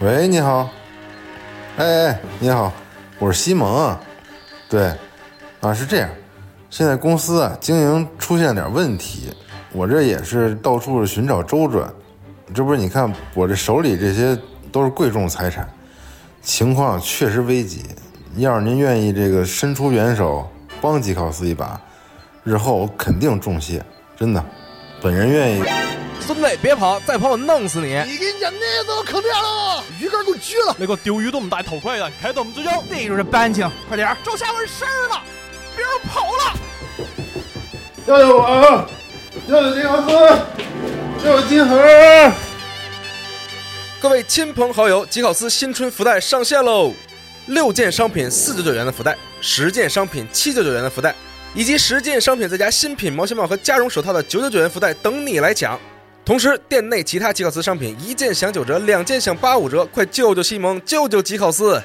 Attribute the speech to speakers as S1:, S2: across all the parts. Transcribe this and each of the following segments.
S1: 喂，你好。哎哎，你好，我是西蒙啊。对，啊是这样，现在公司啊经营出现点问题，我这也是到处寻找周转。这不是你看我这手里这些都是贵重财产，情况确实危急。要是您愿意这个伸出援手，帮吉考斯一把，日后我肯定重谢，真的，本人愿意。
S2: 孙子，别跑，再跑我弄死你！
S3: 你给你讲那都坑掉了，鱼竿给我撅了！
S4: 那个丢鱼这么大头盔的，开动我们之交。
S5: 逮住这班青，快点儿！
S2: 周下文事儿了，别人跑了！
S3: 要有我，哎啊要有金豪斯，要有金河。
S2: 各位亲朋好友，吉考斯新春福袋上线喽！六件商品四九九元的福袋，十件商品七九九元的福袋，以及十件商品再加新品毛线帽和加绒手套的九九九元福袋等你来抢。同时，店内其他吉考斯商品一件享九折，两件享八五折，快救救西蒙，救救吉考斯！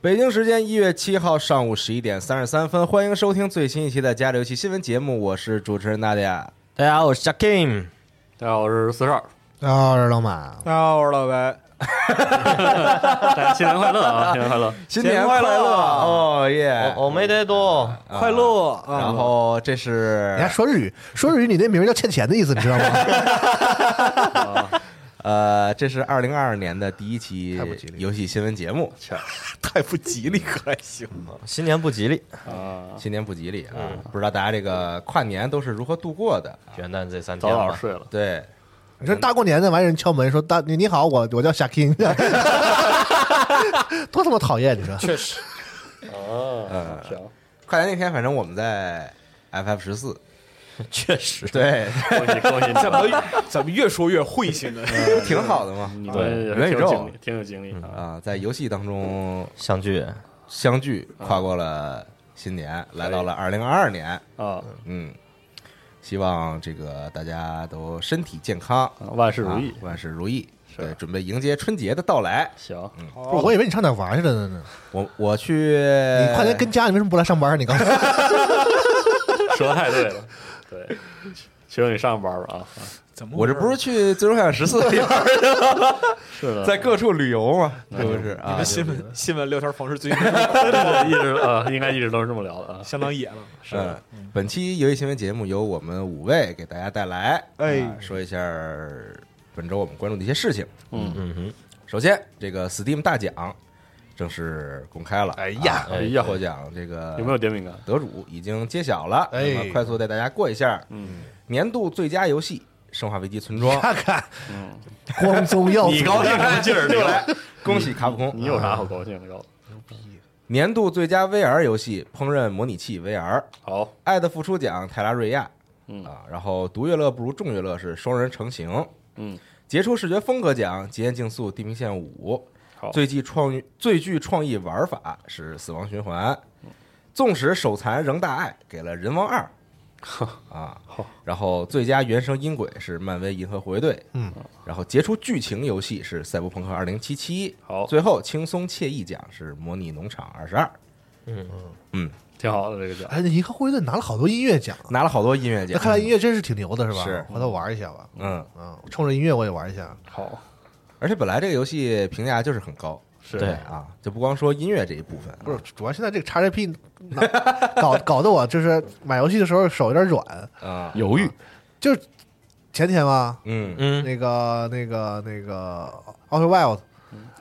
S2: 北京时间一月七号上午十一点三十三分，欢迎收听最新一期的《加里游戏新闻节目》，我是主持人大家。
S5: 大家好，我是 Jakim。
S4: 大家好，我是四十二。
S5: 啊，我是老马。
S2: 大家好，我是老白。
S4: 大家新年快乐啊！新年快乐！
S2: 新年快乐！哦耶！
S5: 我没得多，
S6: 快乐啊！
S2: 然后这是
S5: 哎
S6: 人家说日语，说日语你那名儿叫欠钱的意思，你知 道吗？
S2: 呃，这是二零二二年的第一期
S6: 太不吉利
S2: 游戏新闻节目， 太不吉利可还行吗？
S5: 新年不吉利，嗯
S2: 新年不吉利啊！不知道大家这个跨年都是如何度过的？
S5: 元旦这三
S4: 早
S5: 天吧
S4: 早睡了，
S2: 对，
S6: 你说大过年的，完人敲门说大你你好，我我叫夏 king，多他妈讨厌！你说
S5: 确实，
S4: 嗯
S2: 跨年那天，反正我们在 FF 十 四，
S5: 确实，
S2: 对，
S4: 恭喜恭喜！
S7: 怎么怎么越说越会心呢？
S2: 挺好的嘛。
S4: 你们
S2: 元
S4: 也
S2: 宇
S4: 是挺有经
S2: 宙
S4: 历，挺有经历啊！
S2: 啊，在游戏当中
S5: 相聚，
S2: 相聚，跨过了新年，来到了二零二二年。
S4: 啊，
S2: 嗯，希望这个大家都身体健康，
S4: 万事如意
S2: 啊。万事如意。
S4: 是
S2: 对，准备迎接春节的到来。
S4: 行，
S6: 不是我以为你上哪玩去了呢？
S2: 我我去，
S5: 哎
S6: 你跨年跟家，你为什么不来上班？你 刚才
S4: 说的太对了，对。学生，你上班吧啊！
S7: 怎么
S2: 我这不是去《最终幻想十 四》里边儿
S4: 是的，
S2: 在各处旅游嘛，是不是啊？
S7: 新闻新闻聊天方式最近
S4: 一直啊，应该一直都是这么聊的啊。
S7: 相当野了。
S4: 是
S2: 嗯，本期游戏新闻节目由我们五位给大家带来，
S7: 哎
S2: 啊说一下本周我们关注的一些事情。
S4: 嗯
S2: 嗯哼，首先这个 Steam 大奖正式公开了，哎呀，
S4: 哎呀
S2: 获奖这个
S4: 有没有点饼啊干？
S2: 得主已经揭晓了，
S6: 哎
S2: 那么快速带大家过一下，
S4: 嗯，
S2: 年度最佳游戏《生化危机村庄》，
S6: 看看，光宗耀祖，
S4: 什么劲儿？嗯
S2: 又来，恭喜卡普空，
S4: 你有啥好高兴的？告诉
S2: 年度最佳 VR 游戏《烹饪模拟器 VR》，
S4: 我好，
S2: 爱的付出奖泰拉瑞亚，
S4: 嗯
S2: 啊，然后独乐乐不如众乐乐是双人成型，
S4: 嗯，
S2: 杰出视觉风格奖极限竞速地平线五，
S4: 好
S2: 最具创意最具创意玩法是死亡循环，纵使手残仍大爱给了人 王二，啊
S4: 好，
S2: 然后最佳原声音轨是漫威银河护卫队，
S6: 嗯，
S2: 然后杰出剧情游戏是赛博朋克二零七七，
S4: 好
S2: 最后轻松惬意奖是模拟农场二十二，
S4: 挺好的这个奖。
S6: 哎，银河护卫队拿了好多音乐
S5: 嗯
S6: 奖啊，
S2: 拿了好多音乐
S6: 那
S2: 奖，
S6: 看来音乐真是挺牛的，是吧？
S2: 是
S6: 回头玩一下吧。
S2: 嗯。
S6: 嗯，冲着音乐我也玩一下。
S4: 好，
S2: 而且本来这个游戏评价就是很高，
S4: 是
S5: 对
S2: 啊，就不光说音乐这一部分啊，
S6: 不是，主要现在这个 XGP 拿搞搞得我就是买游戏的时候手有点软。
S2: 啊，
S4: 犹豫，
S6: 前天吧，
S2: 嗯
S5: 嗯，
S6: 那个那个那个 Outer Wild，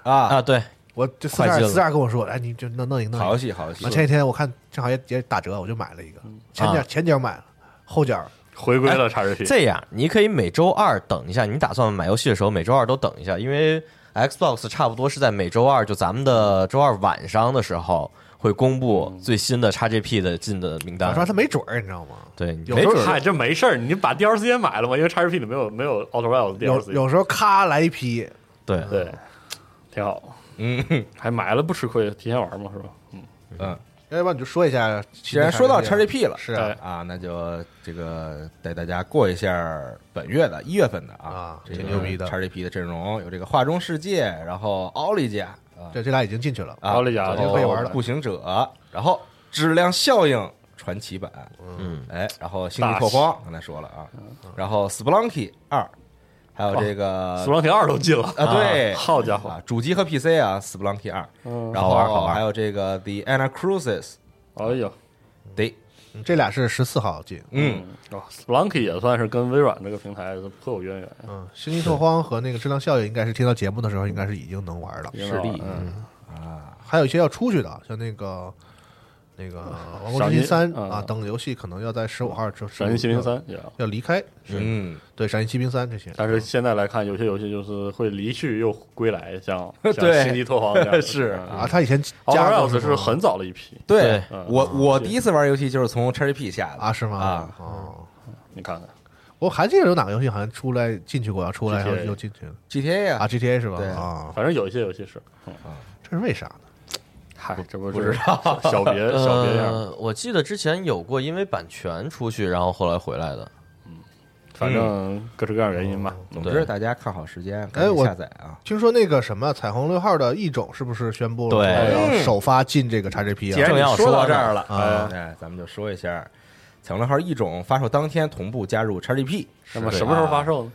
S2: 啊，
S7: 啊，对，
S6: 我就私
S2: 快进
S6: 下
S2: 了
S6: 私下跟我说，哎，你就弄弄一个弄一
S2: 好
S6: 个
S2: 游。戏，好游戏
S6: 啊，前几天我看正好也也打折，我就买了一个，前脚
S7: 啊
S6: 前脚买了，后脚
S4: 回归了 XGP，
S7: 这样你可以每周二等一下，你打算买游戏的时候每周二都等一下，因为 Xbox 差不多是在每周二，就咱们的周二晚上的时候
S6: 嗯
S7: 会公布最新的 XGP 的进的名
S6: 我说
S7: 单。
S6: 他没准儿，你知道吗？
S7: 对，你
S6: 有
S7: 没
S6: 时候
S7: 准
S4: 嗨，这没事儿，你把 DLC 也买了嘛，因为 XGP 里没有没有 Outer Wilds
S6: 有
S4: DLC，
S6: 有时候咔来一批，
S7: 对，
S4: 对，挺好，嗯，还买了不吃亏，提前玩嘛是吧？
S6: 要不然你就说一下。
S2: 既然说到 XGP 了，
S6: 是
S4: 哎
S6: 啊
S2: 啊，那就这个带大家过一下本月的一月份的啊
S6: 啊，
S2: 这个
S6: 挺牛逼的
S2: XGP 的阵容有这个画中世界，然后奥利加啊，
S6: 这这俩已经进去了，
S2: 啊，
S4: 奥利加
S2: 然
S4: 这
S2: 后
S4: 个
S6: 可以玩了
S2: 步行者，然后质量效应传奇版，
S7: 嗯，
S2: 哎，然后星际拓荒刚才说了啊，然后 Splunky 二，还有这个
S4: 哦《死亡铁二》都进了
S2: 啊，对，
S4: 好家伙，嗯
S2: 啊，主机和 PC 啊，Splunky 二，然
S7: 好玩好
S2: 后啊
S7: 玩
S2: 还有这个 The Anna Cruises
S4: 哎呦，
S2: d
S6: 嗯这俩是十四号进。
S2: 嗯，
S4: 哦，Splunky 也算是跟微软这个平台颇有渊源，
S6: 嗯，星际拓荒和那个质量效应应该是听到节目的时候，应该是已经能玩了。
S4: 势力，嗯，
S6: 还有一些要出去的，像那个那个《王国之心
S4: 闪
S6: 三
S4: 银》嗯
S6: 啊等游戏，可能要在十五号之后
S4: 闪电七零三也。
S6: 要离开。
S2: 嗯，
S6: 对，《闪银七兵三》这些，
S4: 但是现在来看，有些游戏就是会离去又归来，像
S2: 对
S4: 像星际拓荒这样的
S2: 是
S4: 嗯
S6: 啊，他以前
S7: 哦
S4: Outer
S6: 加过
S4: Wilds 是
S6: 吗
S4: 很早的一批，
S2: 对
S4: 嗯
S2: 我我
S4: 是
S2: 第一次玩游戏就是从 XGP 下的
S6: 啊，是吗？
S2: 啊，
S6: 哦，
S4: 你看看，
S6: 我还记得有哪个游戏好像出来进去过，要出来
S4: GTA
S6: 又又进去了
S2: GTA
S6: 啊
S2: 啊，
S6: ，GTA 是吧
S2: 对？
S6: 啊，
S4: 反正有一些游戏是，嗯
S6: 这是为啥呢？
S4: 嗨，这不是小小别小别样，
S7: 呃，我记得之前有过因为版权出去，然后后来回来的。
S4: 反正各式各样原因吧。
S2: 总
S7: 对
S2: 之大家看好时间，赶紧
S6: 我
S2: 下载啊，
S6: 听说那个什么彩虹六号的异种是不是宣布了
S7: 对
S6: 说要
S2: 嗯
S6: 首发进这个
S2: 既
S6: XGP 啊？
S2: 然
S7: 正
S2: 你
S7: 要
S2: 说到
S7: 说
S2: 这
S7: 呢
S2: 儿了，
S6: 啊
S2: 哎，咱们就说一下，彩虹六号一种发售当天同步加入 XGP，
S4: 那么什么时候发
S2: 啊
S4: 售呢？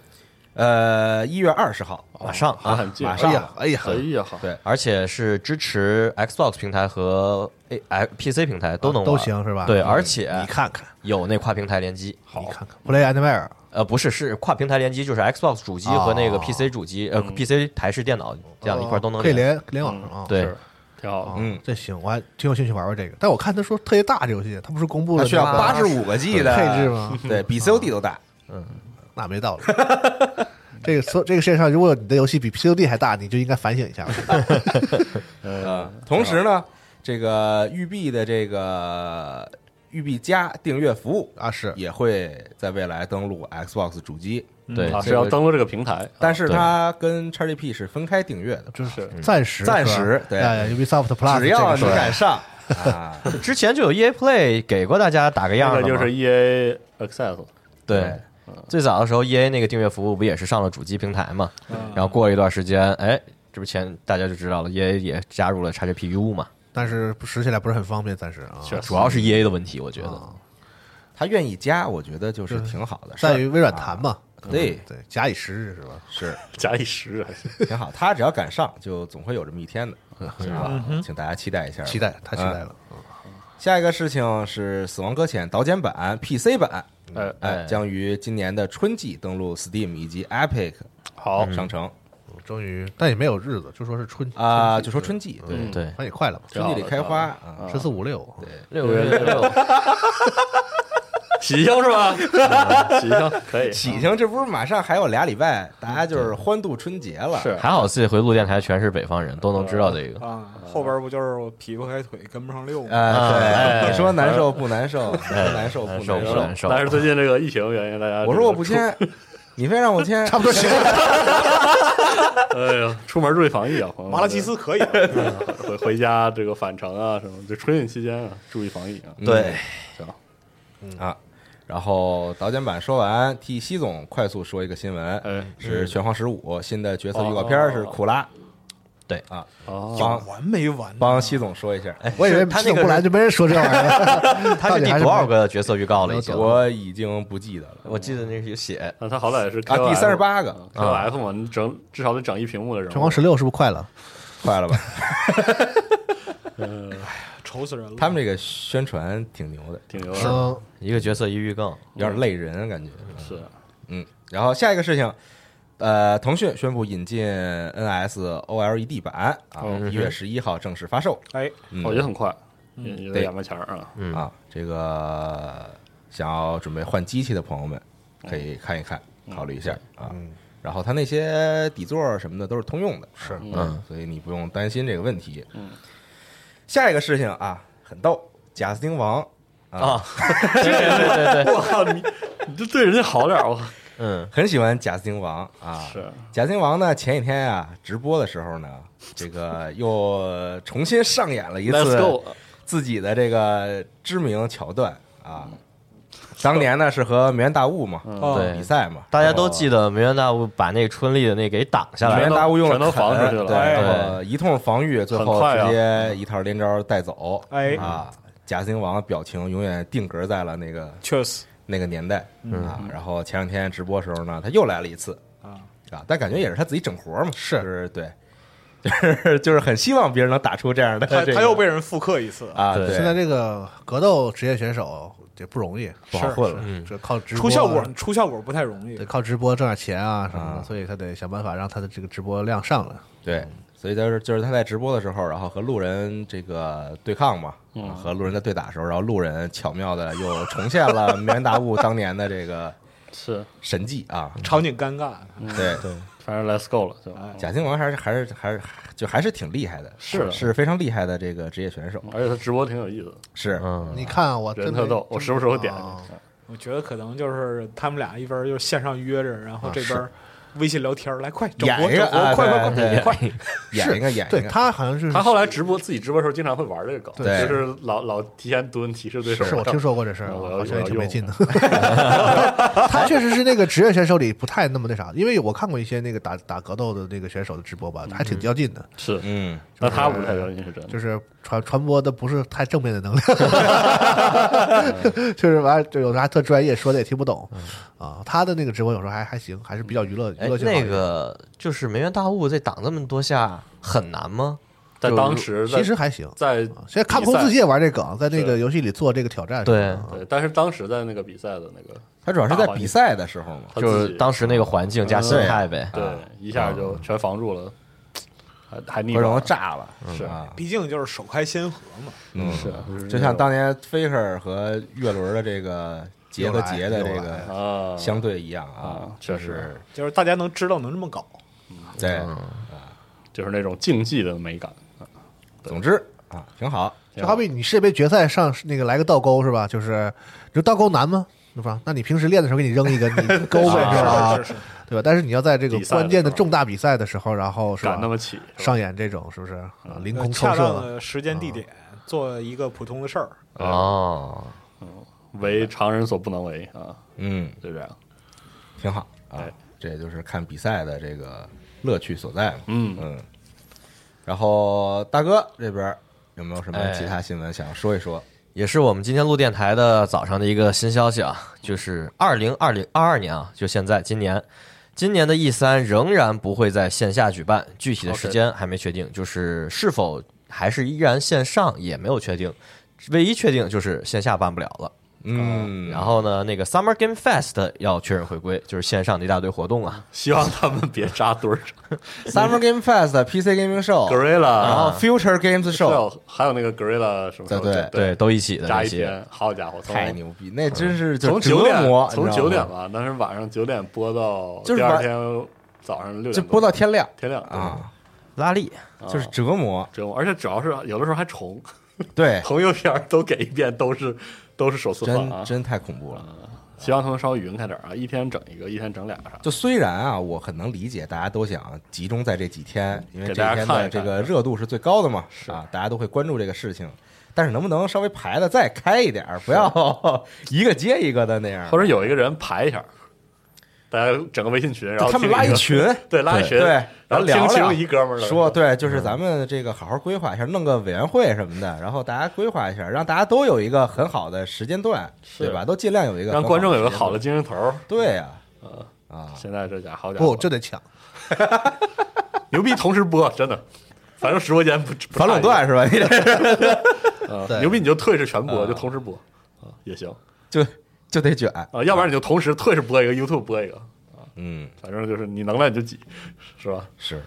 S2: 呃，一月二十号，
S6: 哦
S7: 马上
S4: 还
S7: 啊，
S4: 很近，
S2: 马
S6: 哎
S2: 上
S6: 呀，哎呀
S4: 哎，呀哈，
S2: 对
S7: 而且是支持 Xbox 平台和 A X P C 平台都能玩
S6: 都行是吧？
S7: 对，
S6: 嗯
S7: 而且
S6: 你看看，
S7: 有那跨平台联机。
S6: 你看看，Play Anywhere
S7: 呃，不是，是跨平台联机，就是 Xbox 主机和那个
S6: 哦
S7: PC 主机，呃，PC 台式电脑这样一块儿都能
S6: 可以
S7: 连。嗯
S6: 连联网上啊。
S7: 对
S4: 是，挺好的
S6: 啊。
S2: 嗯
S6: 这行，我还挺有兴趣玩玩这个。但我看他说特别大，这游戏他不是公布
S2: 它
S6: 了
S2: 需要
S6: 那个
S2: 八十五个 G 的
S6: 配置吗？啊
S2: 对比 COD 都大，
S6: 那没道理。 这个所这个世界上，如果你的游戏比 POD 还大，你就应该反 省一下。
S4: 啊
S2: 呃，同时呢，这个育碧的这个育碧加订阅服务
S6: 啊，是
S2: 也会在未来登陆 Xbox 主机，
S7: 对
S4: 啊，是要登录这个平台，
S6: 啊
S2: 但是它跟 XGP 是分开订阅的，
S6: 就是暂时
S2: 嗯暂时对
S6: 哎，Ubisoft Plus，
S2: 只要你
S6: 这个
S2: 敢 上啊，
S7: 之前就有 EA Play 给过大家打个样
S4: 那
S7: 了
S4: 个
S7: 嘛，
S4: 就是 E A Access，
S7: 对。嗯最早的时候，EA 那个订阅服务不也是上了主机平台嘛？然后过了一段时间，哎，这不前大家就知道了，EA 也加入了 XGPU 嘛。
S6: 但是实起来不是很方便，暂时啊。
S4: 确实
S7: 主要是 EA 的问题，我觉得。
S6: 啊
S2: 他愿意加，我觉得就是挺好的事儿，
S6: 在于微软谈嘛，
S2: 啊
S6: 嗯
S2: 对
S6: 对，假以时日是吧？
S2: 是
S4: 假以时日，
S2: 挺好，他只要敢上，就总会有这么一天的，是吧？请大家期待一下，
S6: 嗯期待，太期待
S2: 嗯。
S6: 了。啊
S2: 下一个事情是《死亡搁浅》导剪版 PC 版，
S4: 哎，
S2: 哎，将于今年的春季登陆 Steam 以及 Epic
S6: 哦
S4: 好，
S2: 商
S6: 嗯
S2: 城
S6: 终于，但也没有日子，就说是春
S2: 啊，就说春季，对，
S4: 嗯
S7: 对
S6: 反，正也快了嘛，
S2: 春季里开花啊，
S6: 十四五六，
S7: 六月六，
S4: 喜庆是吧？喜庆可以，
S2: 喜庆，这不是马上还有俩礼拜，大家就是欢度春节了，
S4: 是
S7: 还好这回录电台全是北方人，都能知道这个。
S8: 啊，后边不就是我劈不开腿跟不上溜吗？
S6: 啊
S2: 哎，
S7: 哎
S2: 对，你说难受不难受？难受不
S7: 难受
S6: 哎
S2: 难
S7: 不
S2: 受？
S7: 难受？
S4: 但是最近这个疫情原因，大家
S2: 我说我不 签，你非让我签，
S6: 差不多行了。
S4: 这个出，哎呀，出门注意防疫啊，朋友们
S8: 麻辣鸡丝可以啊，
S4: 回回家这个返程啊什么，就春运期间啊，注意防疫
S8: 嗯
S4: 啊。
S2: 对，
S4: 行
S2: 啊。然后导剪版说完，替西总快速说一个新闻，
S4: 哎
S2: 是《拳皇十五》新的角色预告片
S8: 哦
S2: 是库拉，
S7: 对
S2: 啊，
S4: 哦，
S2: 帮
S8: 完没完呢？哎
S2: 帮西总说一下，哎
S6: 我以为
S7: 他
S6: 系
S7: 那
S6: 统
S7: 个
S6: 不来
S7: 是
S6: 就没人说这玩意 儿。
S7: 他是第多少个角色预告了？已经，
S2: 我已经不记得了
S7: 我记得那是有写，
S4: 那他好歹是
S2: 啊，第
S4: KOF
S2: 三十八个，
S8: 嗯
S2: 啊
S4: KOF 嘛，你整至少得整一屏幕的人物。
S6: 拳皇十六是不是快了？
S2: 快了 吧？
S8: 嗯哎愁死人了。
S2: 他们这个宣传挺牛的，
S4: 挺牛的，
S6: 嗯，
S8: 嗯
S7: 一个角色一预告，
S2: 有点累人感觉。
S4: 是
S2: 嗯，然后下一个事情，呃，腾讯宣布引进 NS OLED 版啊，
S8: 哦
S2: 一月十一号正式发售。
S4: 哎，
S2: 嗯
S4: 我觉得很快，也也在
S2: 对
S4: 眼巴前儿 啊。
S7: 嗯
S2: 啊，这个想要准备换机器的朋友们可以看一看，考虑一下啊。然后它那些底座什么的都是通用的，是嗯，所以你不用担心这个问题。嗯，下一个事情啊，很逗，贾斯汀王
S7: 啊，对 对对对，
S4: 我靠，你你这对人家好点儿，我啊靠
S7: 嗯，
S2: 很喜欢贾斯汀王啊，
S4: 是
S2: 贾斯汀王呢，前几天啊直播的时候呢，这个又重新上演了一
S4: Let's
S2: 次
S4: go，
S2: 自己的这个知名桥段啊。当年呢是和梅园大雾嘛、
S4: 嗯
S2: 哦
S7: 对
S2: 比赛嘛，
S7: 大家都记得梅园大雾把那个春丽的那给挡下
S2: 梅
S7: 来
S2: 园
S7: 了，
S2: 大雾用了呃
S4: 全都防出去了
S2: 对，
S4: 哎
S2: 然后一通防御，最后
S4: 很快啊
S2: 直接一套连招带走。
S8: 哎
S2: 啊，贾斯汀王的表情永远定格在了那个
S8: 确实
S2: 那个年代、啊。然后前两天直播时候呢，他又来了一次
S8: 啊
S2: 啊，但感觉也是他自己整活嘛，是就是对， 就是就是很希望别人能打出这样的这
S8: 他
S2: 个，
S8: 他又被人复刻一次，
S2: 啊，
S7: 对
S2: 对，
S6: 现在这个格斗职业选手也不容易，
S7: 不好混了，
S6: 这靠直播
S8: 出效果出效果不太容易
S6: 得。靠直播挣点钱啊什么
S2: 啊
S6: 的，所以他得想办法让他的这个直播量上来。
S2: 对，所以就是就是他在直播的时候，然后和路人这个对抗嘛，啊和路人在对打的时候，然后路人巧妙的又重现了梅园大悟当年的这个
S4: 是，
S2: 神技啊，
S8: 场景尴尬，
S2: 对，
S4: 反正 Let's go 了，就
S2: 贾靖王还是还是还是就还是挺厉害的，
S4: 是的嗯
S2: 是非常厉害的这个职业选手，
S4: 而且他直播挺有意思的，
S2: 是
S7: 嗯，
S6: 你看啊我
S4: 人
S6: 真
S4: 特
S6: 的
S4: 逗，我时不时会点
S6: 啊
S4: 进去。
S8: 我觉得可能就是他们俩一边就是线上约着，然后这边微信聊天，来快整
S2: 演
S8: 活
S2: 一
S8: 整
S2: 个啊
S8: 活，快快
S2: 对
S8: 快快快！
S2: 演一个演一
S6: 对
S2: 个，
S6: 他好像是
S4: 他后来直播自己直播的时候，经常会玩这个梗，就
S2: 对
S4: 是老老提前读问提示对手。
S6: 是我听说过这事儿，啊
S4: 我要
S6: 好像也挺没劲的。 他确实是那个职业选手里不太那么那啥，因为我看过一些那个打打格斗的那个选手的直播吧，还挺较劲的，
S4: 是，
S2: 嗯，
S4: 那他不太原因是真的，
S6: 就是传传播的不是太正面的能量，就是完了就有时候还特专业，说的也听不懂啊。他的那个直播有时候还还行，还是比较娱乐娱
S7: 哎，
S6: 乐性好一
S7: 那
S6: 点。
S7: 个就是梅园大雾这挡这么多下很难吗？
S4: 在当时在
S6: 其实还行，
S4: 在
S6: 啊现在看空世界玩这梗，在那个游戏里做这个挑战，
S7: 对
S6: 是吧
S4: 对，但是当时在那个比赛的那个，
S2: 他主要是在比赛的时候嘛，
S4: 他
S7: 就
S4: 自
S7: 是
S4: 己
S7: 当时那个环境加心态呗。
S4: 嗯对一下就全防住了，还还逆
S2: 各种
S4: 转
S2: 都炸了，
S4: 是
S2: 啊，
S8: 毕竟就是首开先河嘛，
S2: 嗯，
S4: 是就是
S2: 就像当年 Faker 和月轮的这个结和结的这
S6: 又来
S2: 个
S4: 啊
S2: 相对一样啊
S4: 啊，确
S2: 就
S4: 实
S2: 是
S8: 就是大家能知道能这么搞，
S2: 对，
S4: 就是那种竞技的美感，
S2: 总之啊挺好，
S6: 就好比你世界杯决赛上那个来个倒钩是吧？就是你说倒钩难吗？对吧？那你平时练的时候给你扔一个，你钩呗
S8: 啊
S6: 是啊吧？对吧？但是你要在这个
S4: 比赛的时候
S6: 关键的重大比赛的时候，然后是吧
S4: 敢那么起，是吧
S6: 上演这种是不是啊？凌
S8: 呃
S6: 空抽
S8: 恰当
S6: 射，
S8: 的时间地点做一个普通的事儿，
S7: 哦，
S4: 为常人所不能为啊，
S2: 嗯，
S4: 就这样，
S2: 挺好啊
S4: 哎，
S2: 这就是看比赛的这个乐趣所在嘛，
S4: 嗯，
S2: 嗯，然后大哥这边有没有什么
S7: 哎
S2: 其他新闻想说一说？
S7: 也是我们今天录电台的早上的一个新消息啊，就是二零二零二二年啊，就现在今年，今年的 E 三仍然不会在线下举办，具体的时间还没确定，就是是否还是依然线上也没有确定，唯一确定就是线下办不了了。
S2: 嗯，
S7: 然后呢，那个 Summer Game Fest 要确认回归，就是线上的一大堆活动啊，
S4: 希望他们别扎堆儿
S2: Summer Game Fest、PC Gaming Show，然
S4: ，Gorilla，
S2: 后 Future Games
S4: 还
S2: Show，
S4: 有还有那个 Gorilla 什么时
S2: 对
S4: 候
S2: 对
S7: 对，都一起的
S4: 扎
S7: 那
S4: 一
S7: 些，
S4: 天，好家伙，从
S2: 太牛逼，那真是就
S4: 嗯从
S2: 折
S4: 九
S2: 磨
S4: 点，
S2: 你
S4: 从
S2: 知道
S4: 九
S2: 吗
S4: 点吧，当时晚上九点播到
S2: 就是
S4: 第二
S2: 晚
S4: 天早上六点多，
S2: 就播到天亮
S4: 天亮，
S2: 啊，
S4: 嗯
S7: 拉力，
S2: 就是
S4: 啊
S2: 折磨，
S4: 折磨，而且主要是有的时候还重，
S2: 对，
S4: 朋友片儿都给一遍，都是都是手撕饭啊
S2: 真。真太恐怖了。
S4: 希望他们稍微匀开点儿啊，一天整一个，一天整俩啥。
S2: 就虽然啊，我很能理解大家都想集中在这几天，因为这
S4: 给
S2: 几
S4: 大家
S2: 天
S4: 看
S2: 的
S4: 一
S2: 这
S4: 看
S2: 个热度是最高的嘛，啊，大家都会关注这个事情。但是能不能稍微排的再开一点儿，不要 一个接一个的那样，
S4: 或者有一个人排一下，大家整个微信群，然后
S2: 他们
S4: 听一
S2: 拉一
S4: 个，
S2: 群，
S4: 对，拉一群，
S2: 对，
S4: 然后
S2: 聊
S4: 听
S2: 聊
S4: 清一哥们儿的嗯
S2: 说，对，就是咱们这个好好规划一下，弄个委员会什么的，然后大家规划一下，让大家都有一个很好的时间段，对吧？都尽量有一个
S4: 让观众有个好
S2: 的
S4: 的精神头儿。
S2: 时间段，对呀、
S4: 现在这家好家伙，
S6: 不这得抢。
S4: 牛逼，同时播，真的，反正直播间不不
S2: 反垄断是吧？你 这
S4: 差一个啊
S6: 对
S4: 牛逼你就退是全
S2: 嗯
S4: 播，就同时播啊也行
S2: 就就得卷，
S4: 啊，要不然你就同时退是播一个，YouTube 播一个。啊
S2: 嗯，
S4: 反正就是你能来你就挤，是吧？啊
S2: 是，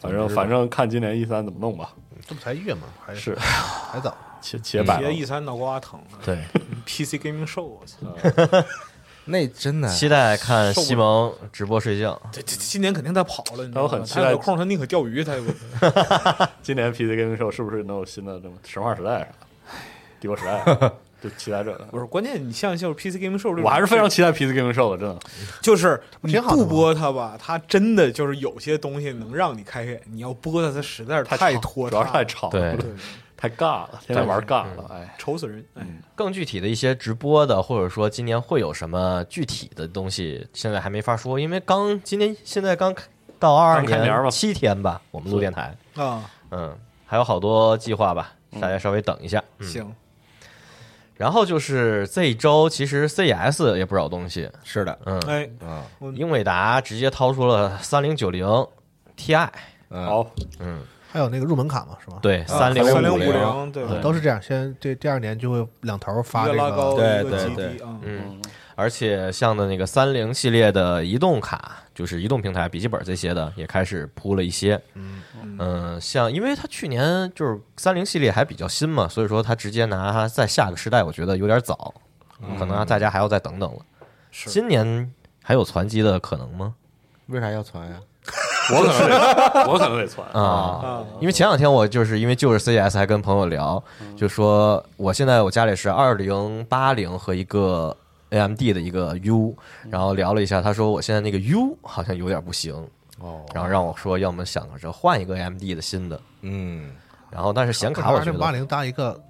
S4: 反正反正看今年 E 三怎么弄吧。
S6: 这不才一月吗？还
S4: 是
S6: 还早。
S4: 且且
S2: 嗯
S4: 摆
S8: 别
S4: 了，
S8: 一三脑瓜疼啊
S7: 对，
S8: ，PC Gaming Show，我操，
S2: 那真的
S7: 期待看西蒙直播睡觉。
S8: 这这今年肯定他跑了，你知道
S4: 我
S8: 吗？
S4: 很期
S8: 他
S4: 待
S8: 有空他宁可钓鱼，他也不。
S4: 今年 PC Gaming Show 是不是能有新的什么神话时代啥、啊帝国时代？啊 就期待这个
S8: 不是。关键你像就是 PC Gaming Show 这种，
S4: 我还是非常期待 PC Gaming Show 的，真的。
S8: 就是你
S6: 挺好的
S8: 不
S6: 嘛
S8: 播它吧，它真的就是有些东西能让你开开。你要播它，它实在是太拖
S4: 主要
S8: 沓，
S4: 是太吵，
S7: 对，
S4: 太尬了，天天玩尬了，哎，
S8: 愁死人。哎，
S7: 更具体的一些直播的，或者说今年会有什么具体的东西，现在还没法说，因为刚今年现在刚到二二
S4: 刚开年嘛
S7: 年七天吧，我们录电台，
S8: 啊，
S7: 嗯，还有好多计划吧，大家稍微等一下。嗯
S8: 行，
S7: 然后就是这一周，其实 CES 也不少东西，
S2: 是的，
S7: 嗯，
S8: 哎，
S2: 啊，
S7: 英伟达直接掏出了三零九零 Ti，
S2: 嗯，
S4: 好，
S6: 还有那个入门卡嘛，是吧？，
S8: 啊
S6: 啊
S7: 对，三零
S8: 三零
S7: 五零，
S8: 零，对吧，
S6: 都是这样。先这第二年就会两头发
S8: 一
S6: 这
S8: 个拉高，
S6: 个，
S2: 对
S8: 一个极
S2: 对
S8: 低啊。
S7: 嗯，而且像的那个三零系列的移动卡，就是移动平台、笔记本这些的，也开始铺了一些。嗯像因为它去年就是三零系列还比较新嘛，所以说它直接拿它在下个时代，我觉得有点早，可能大家还要再等等了。今年还有传机的可能吗？
S2: 为啥要传呀？
S4: 我可能得，我可能得窜
S7: 啊，因为前两天我就是因为就是 CES 还跟朋友聊，就说我现在我家里是二零八零和一个 AMD 的一个 U，然后聊了一下，他说我现在那个 U 好像有点不行，哦，然后让我说要么想着换一个 AMD 的新的，
S2: 嗯，
S7: 然后但是显卡我
S6: 二
S7: 觉
S6: 零八
S7: 得
S6: 零搭一个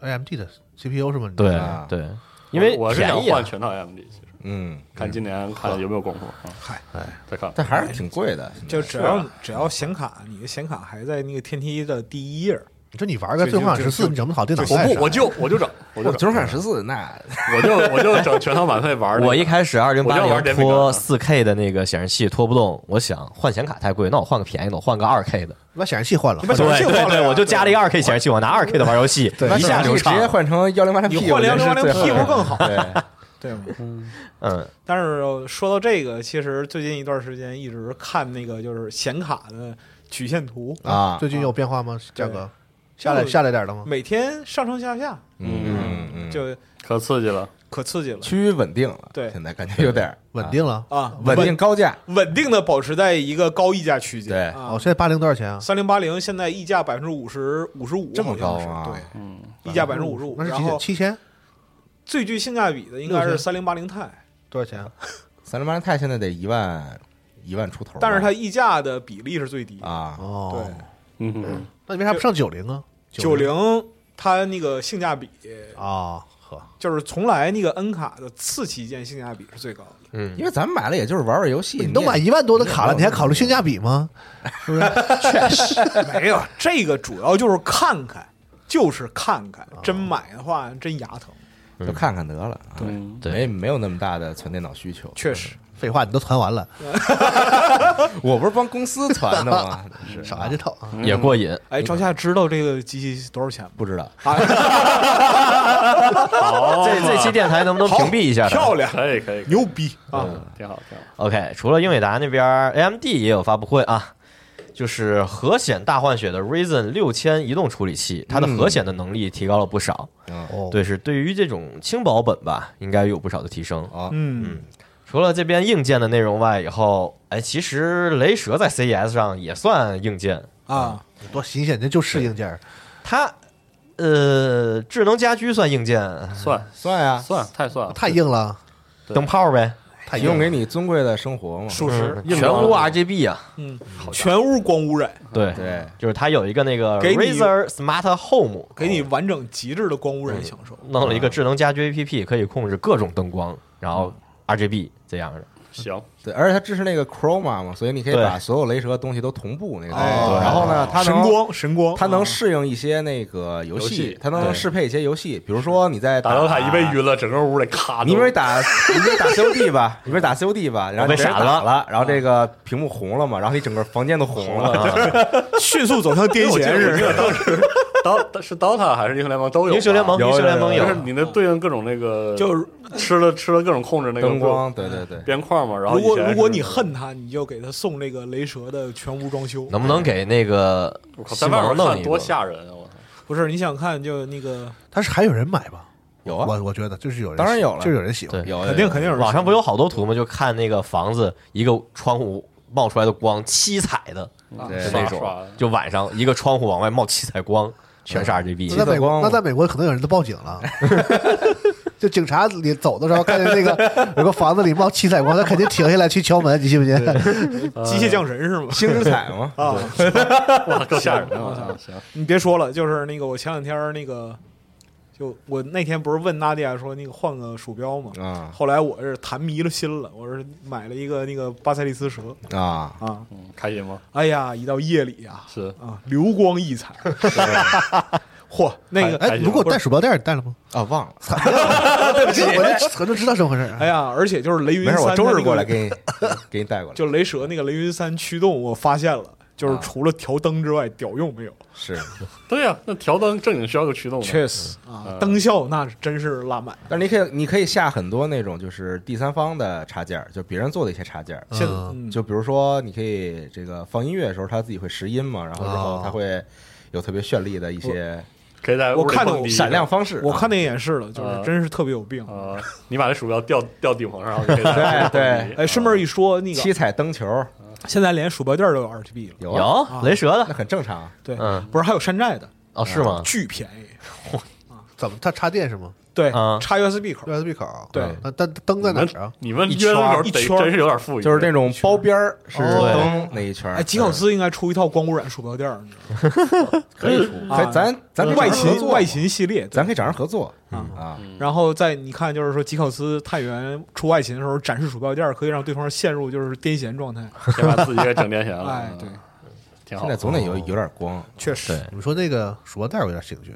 S6: AMD 的 CPU 是吗？你
S7: 对
S2: 啊
S7: 对，因为
S4: 我是想
S7: 便宜啊
S4: 换全套 AMD，其实
S2: 嗯，
S4: 看今年看有没有功夫啊。嗨，再看吧。
S2: 但还是挺贵的，
S8: 就只要只要显卡，你的显卡还在那个天梯的第一页，
S6: 你说你玩个《最幻想十四》，你整不好电脑
S4: 我
S6: 干啥
S4: 不，我就我就整，我就
S2: 我
S4: 整，
S2: 九款十四那
S4: 我就我就整全套满配玩儿那个。
S7: 我一开始二零
S4: 我
S7: 八
S4: 就玩
S7: 零
S4: 联名
S7: 拖
S4: 的
S7: 四 K 的那个显示器拖不动，我想换显卡太贵，那我换个便宜的，我换个二 K 的。
S6: 你把显示器换了，
S8: 把显示器
S7: 对
S8: 换
S7: 对
S8: 了
S7: 对，
S8: 呀
S7: 我就加了一个二 K 显示器，我拿二 K 的玩游戏，一下流
S2: 直接
S7: 畅。
S2: 换成幺零八零 P，
S8: 你换零零八零 P 不更好？
S2: 对，
S8: 对吗？
S7: 嗯，
S8: 但是说到这个，其实最近一段时间一直看那个就是显卡的曲线图，
S2: 啊
S6: 最近有变化吗？价格
S8: 就
S6: 下来下来点了吗？
S8: 每天上上下下，
S2: 嗯嗯，
S8: 就
S4: 可刺激了，
S8: 可刺激了
S2: 趋于稳定了，
S8: 对
S2: 现在感觉有点儿
S6: 稳，定了。
S8: 啊！
S2: 啊稳定高价，
S8: 稳定的保持在一个高溢价区间。
S2: 对
S8: 啊
S6: 哦，，现在八零多少钱啊？
S8: 三零八零现在溢价百分之五十五十五，
S2: 这么高
S8: 好像
S2: 啊
S8: 是？
S4: 嗯
S8: 对，溢价百分之五十五。
S6: 那是
S8: 然
S6: 几点？
S8: 后
S6: 七千
S8: 最具性价比的应该是三零八零 Ti，
S6: 多少钱啊？
S2: 三零八零 Ti 现在得一万一万出头吧，
S8: 但是它溢价的比例是最低。
S2: 哦啊，
S6: 哦，
S8: 对，
S4: 嗯哼，
S6: 那你为啥不上九零啊？
S8: 九零它那个性价比
S6: 啊，呵，
S8: 就是从来那个 N 卡的次旗舰性价比是最高的。
S2: 因为咱们买了也就是玩玩游戏，
S6: 你都买一万多的卡了，你还考虑性价比吗？
S8: 没有这个主要就是看看，就是看看，真买的话真牙疼。
S2: 也就看看得了，啊
S4: 嗯对，
S7: 对
S2: 没没有那么大的存电脑需求，
S8: 确实，
S6: 废话，你都传完了，
S2: 我不是帮公司传的吗？是
S6: 少来这套啊！
S7: 嗯也过瘾。
S8: 哎，赵夏知道这个机器多少钱吗？啊
S2: 不知道，
S7: 这这期电台能不能屏蔽一下它
S8: 漂亮，
S4: 可以可以，
S8: 牛逼啊！
S4: 嗯挺好挺好。
S7: ？OK，除了英伟达那边，AMD 也有发布会啊，就是核显大换血的 Ryzen 六千移动处理器，它的核显的能力提高了不少。
S6: 哦，
S7: 对，是对于这种轻薄本吧，应该有不少的提升。
S8: 嗯，
S7: 除了这边硬件的内容外，以后哎，其实雷蛇在 CES 上也算硬件，
S8: 啊，
S6: 嗯多新鲜，这就是硬件儿。
S7: 它呃，智能家居算硬件，
S4: 算
S2: 算呀，
S4: 算太算了，
S6: 啊太硬了，
S7: 灯泡呗，
S6: 太
S2: 提
S6: 硬
S2: 供
S6: 了。
S2: 给你尊贵的生活嘛，
S8: 属实，
S4: 硬
S7: 全
S4: 装
S7: 屋 RGB 啊，
S8: 全屋光污染，
S7: 对
S2: 对，
S7: 就是它有一个那个
S8: 给你
S7: Razer Smart Home，哦
S8: 给你完整极致的光污染享受。
S7: 弄了一个智能家居 APP，可以控制各种灯光，然后 RGB 这样的。
S4: 行，
S2: 对，而且它支持那个 Chroma 嘛，所以你可以
S7: 对
S2: 把所有雷蛇东西都同步那个。
S8: 哦
S2: 然后呢，它
S8: 神
S2: 能
S8: 光，神光，
S2: 它
S8: 啊
S2: 能适应一些那个游
S4: 游戏
S2: 它能适配一些游戏，比如说你在
S4: 打
S2: 刀
S4: 到塔一被晕了，整个屋里咔都，
S2: 你以为打你以为打 COD 吧，你以为打 COD 吧，然后
S7: 我被
S2: 你被人
S7: 闪了
S2: 打了，然后这个屏幕红了嘛，然后你整个房间都红了，
S8: 迅速走向癫痫
S4: 我记得我记
S8: 是
S4: 得
S8: 吧？
S4: 当时刀是 DOTA 还是英雄联盟都有吧？
S7: 英雄联盟，英雄联盟
S4: 就
S7: 有
S4: 是你那对应各种那个，
S8: 就是
S4: 吃了吃了各种控制那个
S2: 灯光，对对对，
S4: 边框嘛。然后
S8: 如果
S4: 以前是
S8: 如果你恨他，你就给他送这个雷蛇的全屋装修。
S7: 能不能给那个
S4: 我靠在
S7: 西
S4: 外
S7: 蒙
S4: 面
S7: 弄
S4: 看
S7: 一
S4: 多
S7: 个？
S4: 吓人啊！我操，
S8: 不是你想看就那个
S6: 但是还有人买吧？
S2: 有啊，
S6: 我我觉得就是有人喜，
S2: 当然有了
S6: 就是有人喜欢。
S7: 对，
S2: 有
S8: 肯定肯定有人
S7: 网上
S8: 喜
S7: 不
S8: 欢
S7: 有好多图吗？就看那个房子一个窗户冒出来的光，七彩的，
S2: 对
S7: 是
S4: 刷
S7: 那种
S4: 刷的，
S7: 就晚上一个窗户往外冒七彩光，全是 RGB
S6: 那在
S7: 的。
S6: 美国，
S2: 光
S6: 那在美国可能有人都报警了。 就警察你走的时候，看见那个有个房子里冒七彩光，他肯定停下来去敲门，你信不信？
S8: 机械降神是吗？
S2: 星之彩
S8: ，
S2: 嘛
S8: 啊，
S4: 哇，够吓人啊！我操，行，
S8: 你别说了，就是那个我前两天儿那个，就我那天不是问娜迪亚说那个换个鼠标嘛，
S2: 啊
S8: 后来我是谈迷了心了，我是买了一个那个巴塞利斯蛇
S2: 啊，
S8: 啊，
S4: 嗯，开心吗？
S8: 哎呀，一到夜里呀、
S4: 是
S8: 啊，流光溢彩， 嚯，那个
S4: 还
S6: 哎，
S4: 还行
S6: 如果带鼠标垫，你带了吗？
S2: 啊忘了，
S6: 我就我就知道这么回事儿。啊
S8: 哎呀，而且就是雷云
S2: 没
S8: 三、
S2: 事，我周日过来给
S8: 给，
S2: 你给你带过来，
S8: 就雷蛇那个雷云三驱动，我发现了，就是
S2: 啊
S8: 除了调灯之外，屌用没有，
S2: 是，
S4: 对呀，那调灯正经需要个驱动的，
S8: 实啊
S4: 嗯，
S8: 灯效那是真是拉满，
S2: 但是你可以你可以下很多那种就是第三方的插件儿，就别人做的一些插件儿，
S8: 现
S6: 嗯
S8: 嗯
S2: 就比如说你可以这个放音乐的时候，它自己会拾音嘛，然后之
S8: 哦
S2: 后它会有特别绚丽的一些
S4: 可以在屋里
S8: 我看着
S4: 蹦迪
S2: 闪亮方式，啊
S8: 我看
S2: 那
S8: 那演示了，就是
S2: 嗯
S4: 啊
S8: 真是特别有病。
S4: 啊，你把那鼠标吊吊顶棚上，然后就可以在
S2: 对
S4: 那蹦迪
S8: 哎，顺便一说，那
S2: 七
S8: 个
S2: 彩灯球
S8: 现在连鼠标垫儿都有 RGB 了，
S2: 有啊，
S7: 有雷蛇
S2: 那
S7: 的，
S2: 很正常，啊
S8: 对，
S7: 嗯，
S8: 不是还有山寨的，
S7: 哦，是
S2: 嗯
S7: 吗？
S8: 巨便宜，
S6: 怎么？它插电是吗
S8: 对
S7: 啊，
S8: 插 USB 口，
S6: ？USB 口。
S8: 对
S2: 嗯
S6: 那但灯在哪儿啊？
S4: 你们
S8: 一
S4: 约的时候
S8: 圈儿
S4: 得
S8: 一圈儿
S4: 真是有点富裕，
S2: 就是那种包边儿是
S7: 哦
S2: 灯那一圈儿，
S8: 哎，吉考斯应该出一套光污染鼠标垫儿，你知道吗
S2: 可以出，
S8: 啊
S2: 咱咱咱可以
S8: 外
S2: 找人合
S8: 勤
S2: 作
S8: 外，嗯勤系列，对
S2: 咱可以找人合作啊，
S4: 嗯
S8: 然后在你看，就是说吉考斯探员出外勤的时候展示鼠标垫儿，可以让对方陷入就是癫痫状态。
S4: 先把自己给整癫痫了，
S8: 哎，
S4: 嗯
S8: 对，，
S4: 挺好嗯
S2: 现在。总得
S8: 哦
S2: 有有点光，
S8: 确实。
S6: 你们说那个鼠标垫，我有点兴趣。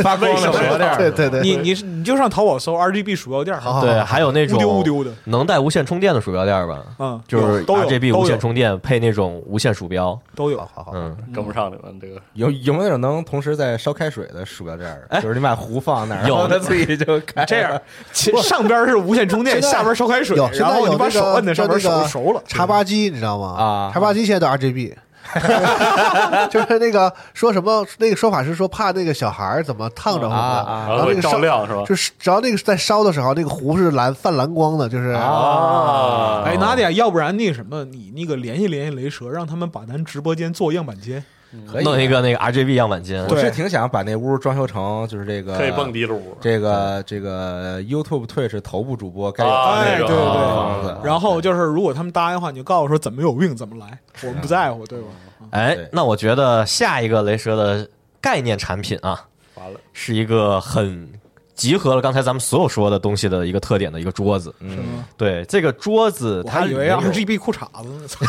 S2: 发光的手电
S6: 对对对，
S8: 你你你就上淘宝搜 RGB 鼠标垫儿，
S6: 好好
S2: 啊
S7: 对，还有那种
S8: 乌丢乌丢的，
S7: 能带无线充电的鼠标垫吧？
S8: 嗯，
S7: 就是
S8: 有都有
S7: RGB
S8: 都
S7: 无线
S8: 有
S7: 充电配那种无线鼠标，
S8: 都
S6: 好
S8: 有，
S6: 好好，
S7: 嗯，
S4: 跟不上你们这个，
S2: 有有没有那种能同时在烧开水的鼠标垫儿？
S7: 哎
S2: 就是你把壶放那儿，
S7: 有
S2: 然后它自 己就开。
S8: 这样，其上边是无线充电，
S6: 现在
S8: 下边烧开水
S6: 有，，现
S8: 然
S6: 在
S8: 后
S6: 有
S8: 你把
S6: 那
S8: 手
S6: 个
S8: 摁在上面，
S6: 叫
S8: 手
S6: 那
S8: 就
S6: 个
S8: 熟了。
S6: 叉八机你知道吗？
S2: 啊
S6: 叉八机现在都 RGB，就是那个说什么那个说法是说怕那个小孩儿怎么烫着或者怎么样
S2: 啊啊
S4: 然后
S6: 然后那
S4: 会
S6: 个
S4: 照
S6: 烧
S4: 亮是吧？
S6: 就是只要那个在烧的时候，那个壶是蓝泛蓝光的，就是
S4: 啊，
S8: 哎，娜迪亚，要不然那什么，你那个联系联系雷蛇，让他们把咱直播间做样板间。
S2: 可以啊
S7: 弄一个那个 RGB 样板间，
S2: 我
S8: 对
S2: 是挺想把那屋装修成就是这个
S4: 可以蹦。迪的屋，
S2: 这个这个 YouTube、Twitch 头部主播该有
S4: 啊
S2: 的那
S8: 哎，对
S2: 种
S8: 对
S2: 房
S8: 对
S2: 子。。
S8: 然后就是，如果他们答应的话，你就告诉我说怎么有病怎么来，我们不在乎，对吧？
S7: 哎
S2: 对，
S7: 那我觉得下一个雷蛇的概念产品啊，
S4: 完了，
S7: 是一个很集合了刚才咱们所有说的东西的一个特点的一个桌子。
S8: 是吗？
S7: 对，这个桌子
S8: 嗯我
S7: 它
S8: 嗯还以为
S7: 里面有
S8: RGB 裤衩子呢， 操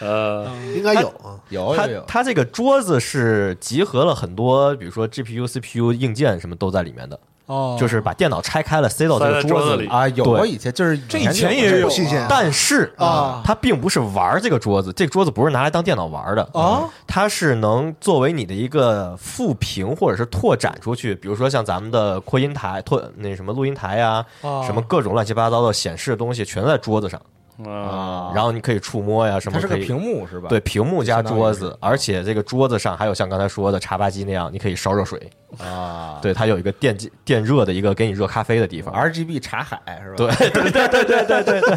S4: 呃，
S6: 应该有啊。
S2: 有
S7: 它
S2: 有有，
S7: 它这个桌子是集合了很多，比如说 GPU、CPU 硬件什么都在里面的，
S8: 哦，
S7: 就是把电脑拆开了塞到这个
S4: 塞在桌
S7: 子
S4: 子里
S2: 啊，有
S7: 对
S2: 我以前就是
S8: 这以前也有
S2: 有
S8: 啊
S2: 过
S6: 新鲜
S7: 但是
S8: 啊
S7: 它并不是玩这个桌子，这个桌子不是拿来当电脑玩的
S2: 哦
S8: 啊，
S7: 它是能作为你的一个副屏或者是拓展出去，比如说像咱们的扩音台、拓那什么录音台呀、
S2: 哦
S8: 啊
S7: 什么各种乱七八糟的显示的东西全在桌子上，
S4: 啊，
S7: 然后你可以触摸呀，什
S2: 哦它
S7: 么
S2: 是个
S7: 可以
S2: 屏幕是吧？
S7: 对，屏幕加
S2: 相当于
S7: 桌
S2: 是
S7: 子，而且这个桌子上还有像刚才说的茶吧机那样，你可以烧热水。
S2: 啊，
S7: 对，它有一个电机电热的一个给你热咖啡的地方。而
S2: ，RGB 茶海是吧？
S7: 对对对对对对对对，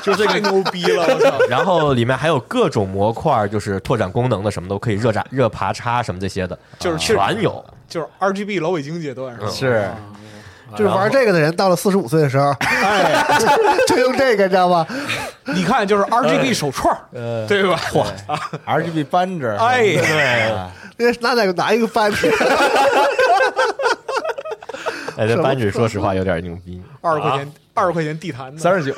S8: 就这个太牛逼 了，我操！
S7: 然后里面还有各种模块，就是拓展功能的，什么都可以热炸、热爬叉什么这些的，啊
S8: 就是嗯
S7: 全有。
S8: 就是 RGB 老北京街都在这儿
S2: 是
S6: 就是玩这个的人，到了四十五岁的时候，哎， 就用这个，你知道吗？
S8: 你看，就是 RGB 手串儿，对吧？哇，
S2: RGB 扳指，
S8: 哎，
S2: 啊
S6: 那拿哪个拿一个翻去？
S7: 哎，这扳指说实话有点牛逼。
S8: 二十块钱，二十块钱地毯呢，
S2: 三十九，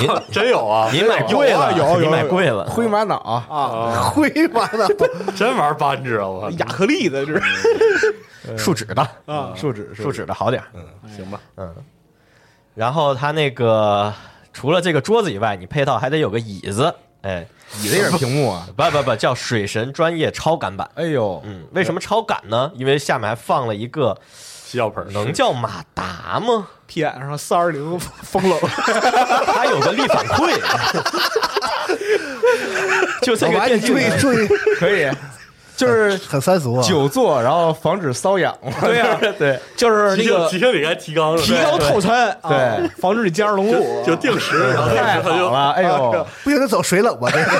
S7: 您
S4: 真有啊，
S7: 您买贵了，
S8: 有啊有啊有啊
S7: 您买贵了。
S2: 灰玛瑙，
S6: 灰玛瑙，
S4: 真玩扳指啊，我
S8: 亚克力的，这是嗯
S7: 树脂的，
S8: 啊，
S7: 树脂树脂的好点儿。
S8: 嗯
S4: 行吧，
S7: 然后它那个除了这个桌子以外，你配套还得有个椅子。哎，
S2: 你那是屏幕啊？
S7: 不不不，叫水神专业超感版。
S2: 哎呦，
S7: 嗯，为什么超感呢？因为下面还放了一个
S4: 洗脚盆儿
S7: 能叫马达吗？
S8: 屁眼上四二零风冷，
S7: 它有个力反 馈，就这
S8: 哦
S6: 老
S7: 个
S6: 白，
S7: 电
S6: 你
S7: 竞
S6: 注意
S7: 的
S6: 注意，
S2: 可以，就是
S6: 很三俗啊。
S2: 久坐，然后防止瘙痒嘛。
S8: 对呀，
S2: 对
S8: 就是那个
S4: 提提饼该提肛了，
S8: 提高透抻，啊
S2: 对，
S8: 防止你肩上龙骨。
S4: 就定时，然后
S2: 太
S4: 他
S2: 好
S4: 就
S2: 了，哎呦，
S6: 不行，得走水冷吧？这个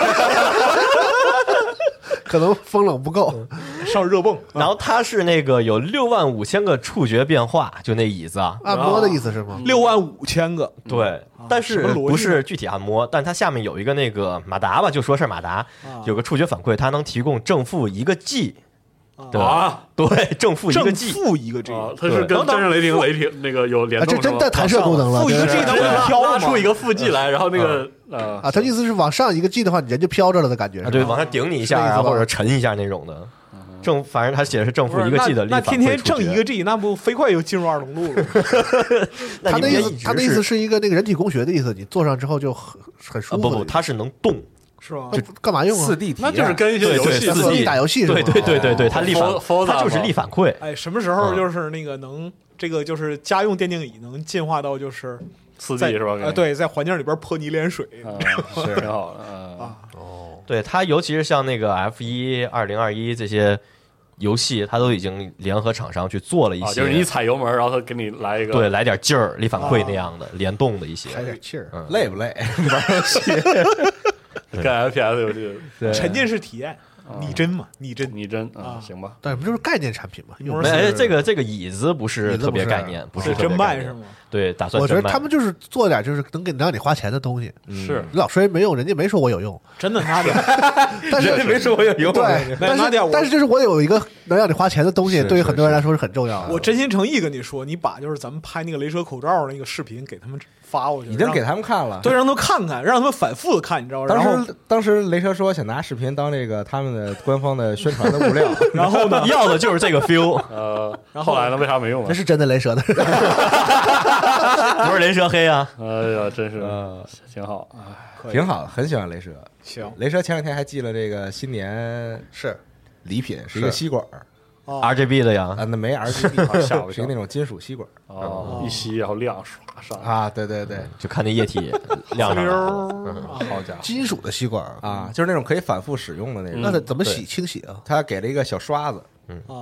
S6: 可能风冷不够，
S8: 上热泵，
S7: 然后它是那个有六万五千个触觉变化，就那椅子啊，
S6: 按摩的意思是吗？
S8: 六万五千个，
S7: 对，
S6: 啊
S7: 但是
S8: 什么逻辑呢
S7: 不是具体按摩，但它下面有一个那个马达吧，就说是马达，
S6: 啊
S7: 有个触觉反馈，它能提供正负一个 G，对吧？
S4: 啊
S7: 对， 正负一个
S8: 正
S7: G，
S8: 负一个 G，
S4: 啊，他是跟单身雷霆雷霆那个有联
S6: 啊，
S4: 动
S6: 这
S4: 是
S6: 真
S4: 吗
S6: 带弹射功能了，
S8: 负一个
S6: 真是
S8: G 能
S4: 拉
S8: 飘
S4: 拉
S8: 吗
S4: 出一个腹肌来，然后那个呃，
S6: 啊，他意思是往上一个 G 的话，人就飘着了的感觉
S7: 啊，
S6: 是
S7: 对，
S6: 吧？
S7: 往上顶你
S6: 是
S7: 一
S6: 这
S7: 下
S6: 意思
S7: 啊，
S6: 吧嗯
S7: 或者沉一下那种的。正，反正它写的是正负
S8: 不是
S7: 一个 G 的力
S8: 那那
S7: 反
S8: 天天
S7: 馈触
S8: 挣一个
S7: 觉，
S8: G，那不飞快就进入二龙路了？
S7: 那
S6: 他
S7: 你
S6: 的意
S7: 别
S6: 思
S7: 一，直
S6: 他的意思
S7: 是
S6: 是一个那个人体工学的意思，你坐上之后就很很
S7: 啊
S6: 舒服
S7: 不
S6: 的。
S7: 不，它是能动，
S8: 是吗？
S6: 那不干嘛用啊
S2: 四？D 体
S4: 那就是
S2: 验
S4: 跟一些
S7: 对
S4: 游
S7: 对，
S4: 戏
S7: 四
S6: 四
S7: D
S6: D 打游戏是吗
S7: 对对对对对，
S8: 哦
S7: 它力反
S4: Forza，
S7: 它就是力反馈，
S8: 哎，什么时候就是那个能这个就是家用电竞椅能进化到就是
S4: 四 D
S8: 在
S4: 是吧？
S8: 呃，对，在环境里边泼你一脸水，
S4: 嗯，是 挺好的啊。
S7: 对它，尤其是像那个 F 一、二零二一这些游戏，它都已经联合厂商去做了一
S4: 啊，
S7: 些，
S4: 就是你一踩油门，然后他给你来一个
S7: 对来点劲儿、力反馈那样的、联动的一些。
S2: 点气儿啊
S7: 嗯
S2: 累不累？
S4: 跟 FPS 游戏，
S2: 对
S8: 沉浸式体验，拟真嘛，拟真。
S4: 你真啊，
S8: 啊
S4: 行吧，
S6: 但是不就是概念产品嘛？用
S8: 不
S7: 没
S8: 是
S7: 哎，这个这个椅子不
S6: 椅
S7: 是
S6: 子不
S7: 特别
S6: 是
S7: 概念，不是
S8: 是
S7: 特别
S8: 真
S7: 概
S8: 卖
S7: 念
S8: 是吗？
S7: 对，打算
S6: 我觉
S7: 真
S6: 得
S7: 卖。，
S6: 他们就是做点就是能给能让你花钱的东西。
S4: 是
S6: 你老说人没用，人家没说我有用，
S8: 真的，妈的，
S6: 但是
S2: 没说我有用
S6: 对，但
S8: 那点我
S6: 是但是就是我有一个能让你花钱的东西，
S2: 是
S6: 对于很多人来说是很重要的。
S8: 我真心诚意跟你说，你把就是咱们拍那个雷蛇口罩那个视频给他们发过去，
S2: 已经
S8: 让
S2: 给他们看了。
S8: 对，让他们看看，让他们反复的看，你知道吗？然
S2: 当
S8: 后
S2: 时当时雷蛇说想拿视频当这个他们的官方的宣传的物料，
S8: 然后呢
S7: 要的就是这个 feel，
S4: 呃，
S8: 然后
S4: 后来呢？为啥没用
S6: 那
S4: 啊？
S6: 是真的雷蛇的，
S7: 不是人蛇黑啊，
S4: 哎呀，真是挺好啊。
S2: 挺好，很喜欢雷蛇。
S8: 行
S2: 雷蛇前两天还寄了这个新年
S6: 是
S2: 礼品，是一个吸管儿
S8: 啊，
S7: ，RGB 的呀
S2: 啊，，那 没 RGB，
S4: 吓我一跳
S2: 是一个那种金属吸管儿
S4: 哦，一吸然后亮唰上来，
S2: 啊，对对对
S7: 就看那液体亮嗯上来了。
S4: 好家伙，
S6: 金属的吸管儿，
S2: 啊，就是那种可以反复使用的那
S7: 嗯
S2: 种。
S6: 那得怎么洗清洗啊？
S2: 他给了一个小刷子，
S8: 啊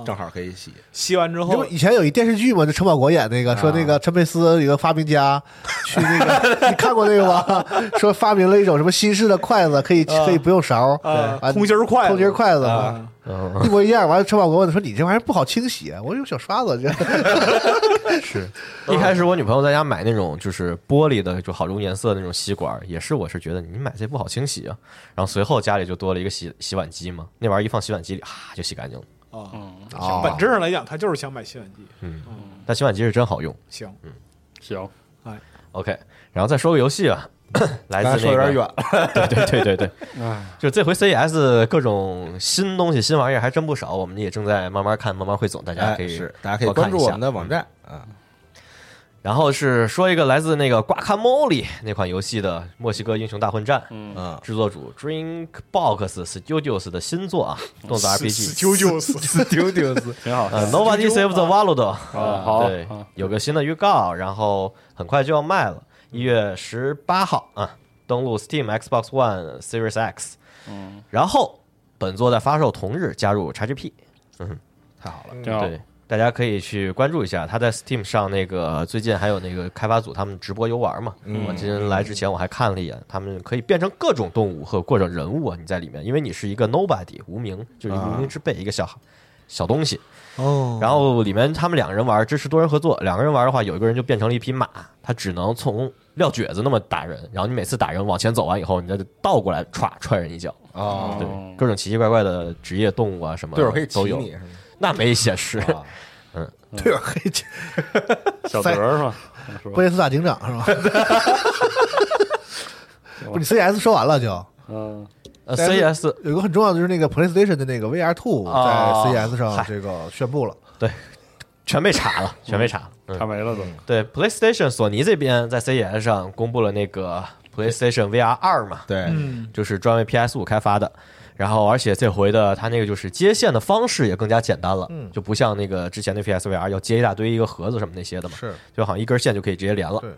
S2: 正好可以洗。
S8: 吸完之
S6: 因
S8: 后
S6: 为以前有一电视剧嘛，就陈宝国演那个，说那个陈佩斯一个发明家，去那个你看过那个吗？ 说发明了一种什么新式的筷子，可以
S8: 啊
S6: 可以不用勺，
S8: 啊
S6: 啊
S8: 空心儿筷子
S6: 空心儿筷子嘛，
S8: 啊，
S7: 嗯，
S6: 一模一样。完了，陈宝国问他说：“你这玩意儿不好清洗，啊我用小刷子。”这
S7: 一开始我女朋友在家买那种就是玻璃的，就好溶颜色的那种吸管，也是我是觉得你买这不好清洗啊。然后随后家里就多了一个洗洗碗机嘛，那玩意儿一放洗碗机里，哈就洗干净了。嗯
S8: 啊，
S6: 哦
S8: 本质上来讲，他就是想买吸碗机。
S7: 但洗碗机是真好用。
S8: 行，
S4: 行，
S7: OK，然后再说个游戏啊， 来
S2: 刚才
S7: 自
S2: 说
S7: 那
S2: 有点
S7: 个
S2: 远，了，
S7: 对对对对对，就这回 CES 各种新东西、新玩意儿还真不少，我们也正在慢慢看，慢慢汇总，大家
S2: 哎
S7: 可以
S2: 是大家可以
S7: 多看
S2: 关
S7: 一
S2: 注我
S7: 下
S2: 们的网站 啊，
S7: 然后是说一个来自那个《瓜卡莫里》那款游戏的《墨西哥英雄大混战》，
S2: 嗯
S7: 制作组 Drinkbox Studios 的新作啊，动作 RPG。
S8: 九九四，
S2: 丢丢斯
S4: 挺好
S7: 呃，Nobody Save the World
S4: 啊好
S7: 对
S4: 啊，
S7: 有个新的预告，然后很快就要卖了，一月十八号啊，登陆 Steam、Xbox One、Series X。嗯，然后本作在发售同日加入 XGP。
S2: 太好了，
S4: 挺好。
S7: 对，大家可以去关注一下，他在 Steam 上那个最近还有那个开发组他们直播游玩嘛。
S2: 嗯
S7: 我今天来之前我还看了一眼，他们可以变成各种动物和各种人物啊，你在里面，因为你是一个 nobody 无名，就是一个无名之辈，一个小孩小东西。哦，然后里面他们两个人玩支持多人合作，两个人玩的话，有一个人就变成了一匹马，他只能从撂蹶子那么打人，然后你每次打人往前走完以后，你再倒过来歘踹人一脚，
S2: 哦，
S7: 对，各种奇奇怪怪的职业动物啊什么
S2: 队友可以骑
S7: 都有
S2: 你，是吗？
S7: 那没显示，
S2: 啊
S6: 对吧？可以清
S4: 小德儿是吧？是
S6: 波
S4: 吧？
S6: 音斯塔警长是吧？ 不是，你 CS 说完了就。
S4: 嗯，
S7: 呃，CES
S6: 有一个很重要的就是那个 PlayStation 的那个 VR Two
S7: 啊
S6: 在 CES 上
S7: 嗨
S6: 这个宣布了，
S7: 全被 查了，全被查了。嗯，
S4: 看没了都。
S7: 对，PlayStation 索尼这边在 CES E 上公布了那个 PlayStation VR 二嘛，
S2: 对，
S8: 嗯，
S7: 就是专为 PS 五开发的。然后，而且这回的它那个就是接线的方式也更加简单了，就不像那个之前的 PSVR 要接一大堆一个盒子什么那些的嘛，
S6: 是
S7: 就好像一根线就可以直接连了
S6: 对。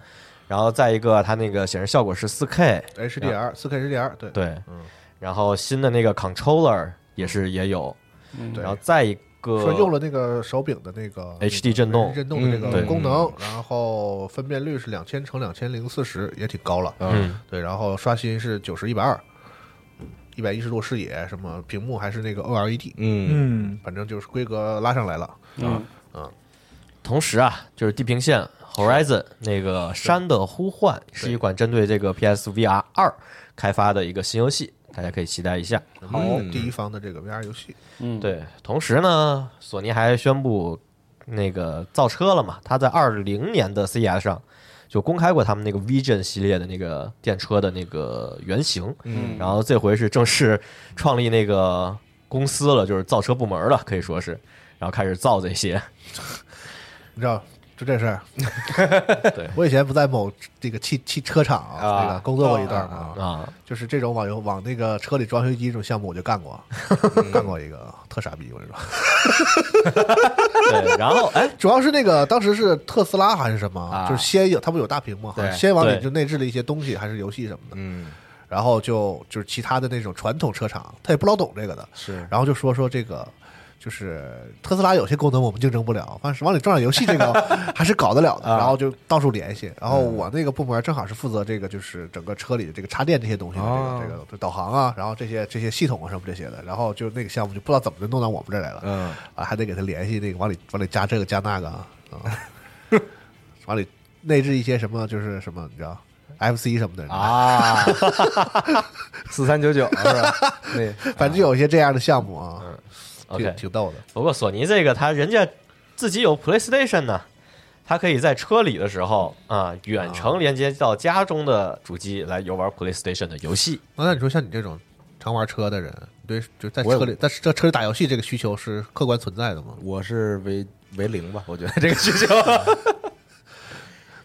S7: 然后再一个，它那个显示效果是 4K，
S6: HDR 四 K HDR 对
S7: 对，然后新的那个 controller 也是也有，然后再一个
S6: 说用了那个手柄的那个
S7: HD 震动
S6: 震动的这
S7: 嗯
S6: 个
S7: 对
S6: 功能，然后分辨率是两千乘两千零四十，也挺高了。
S7: 嗯，
S6: 对，然后刷新是九十一百二，一百一十度视野，什么屏幕还是那个 OLED，
S2: 嗯，
S8: 嗯，
S6: 反正就是规格拉上来了。
S4: 嗯，
S7: 同时啊，就是《地平线 Horizon》那个《山的呼唤》是一款针对这个 PSVR 二开发的一个新游戏，大家可以期待一下。
S6: 好，第一方的这个 VR 游戏，
S7: 对，同时呢，索尼还宣布那个造车了嘛，它在二零年的 CES 上就公开过他们那个 Vision 系列的那个电车的那个原型，嗯，然后这回是正式创立那个公司了，就是造车部门了，可以说是，然后开始造这些，
S6: 你知道。就这事 儿，我以前不在某这个汽汽车厂
S7: 啊
S6: 啊，那个工作过一段啊，
S7: 啊，
S6: 就是这种往游往那个车里装修机这种项目，我就干 过，干过一个特傻逼，我跟你说，
S7: 对，然后哎，
S6: 主要是那个当时是特斯拉还是什么，
S7: 啊
S6: 就是先有它不有大屏吗？好像
S2: 对
S6: 先往里
S7: 对
S6: 就内置了一些东西，还是游戏什么的。
S2: 嗯，
S6: 然后就就是其他的那种传统车厂，他也不老懂这个的。
S2: 是，
S6: 然后就说说这个，就是特斯拉有些功能我们竞争不了，但是往里装点游戏这个还是搞得了的。然后就到处联系。然后我那个部门正好是负责这个，就是整个车里的这个插电这些东西的
S2: 哦
S6: 这个这个导航啊，然后这些这些系统啊什么这些的。然后就那个项目就不知道怎么就弄到我们这儿来了。
S2: 嗯，
S6: 啊，还得给他联系那个往里往里加这个加那个啊，啊 往里内置一些什么就是什么你知道 FC 什么的
S2: 啊，
S6: 啊，
S2: 四三 九九是吧？那
S6: 反正就有一些这样的项目啊，挺
S7: OK，
S6: 挺逗的。
S7: 不过索尼这个，它人家自己有 PlayStation 呢，它可以在车里的时候啊，远程连接到家中的主机来游玩 PlayStation 的游戏。
S6: 那那你说像你这种常玩车的人，你对就在
S2: 我也
S6: 车里在车车里打游戏这个需求是客观存在的吗？
S2: 我是为为零吧，我觉得这个需求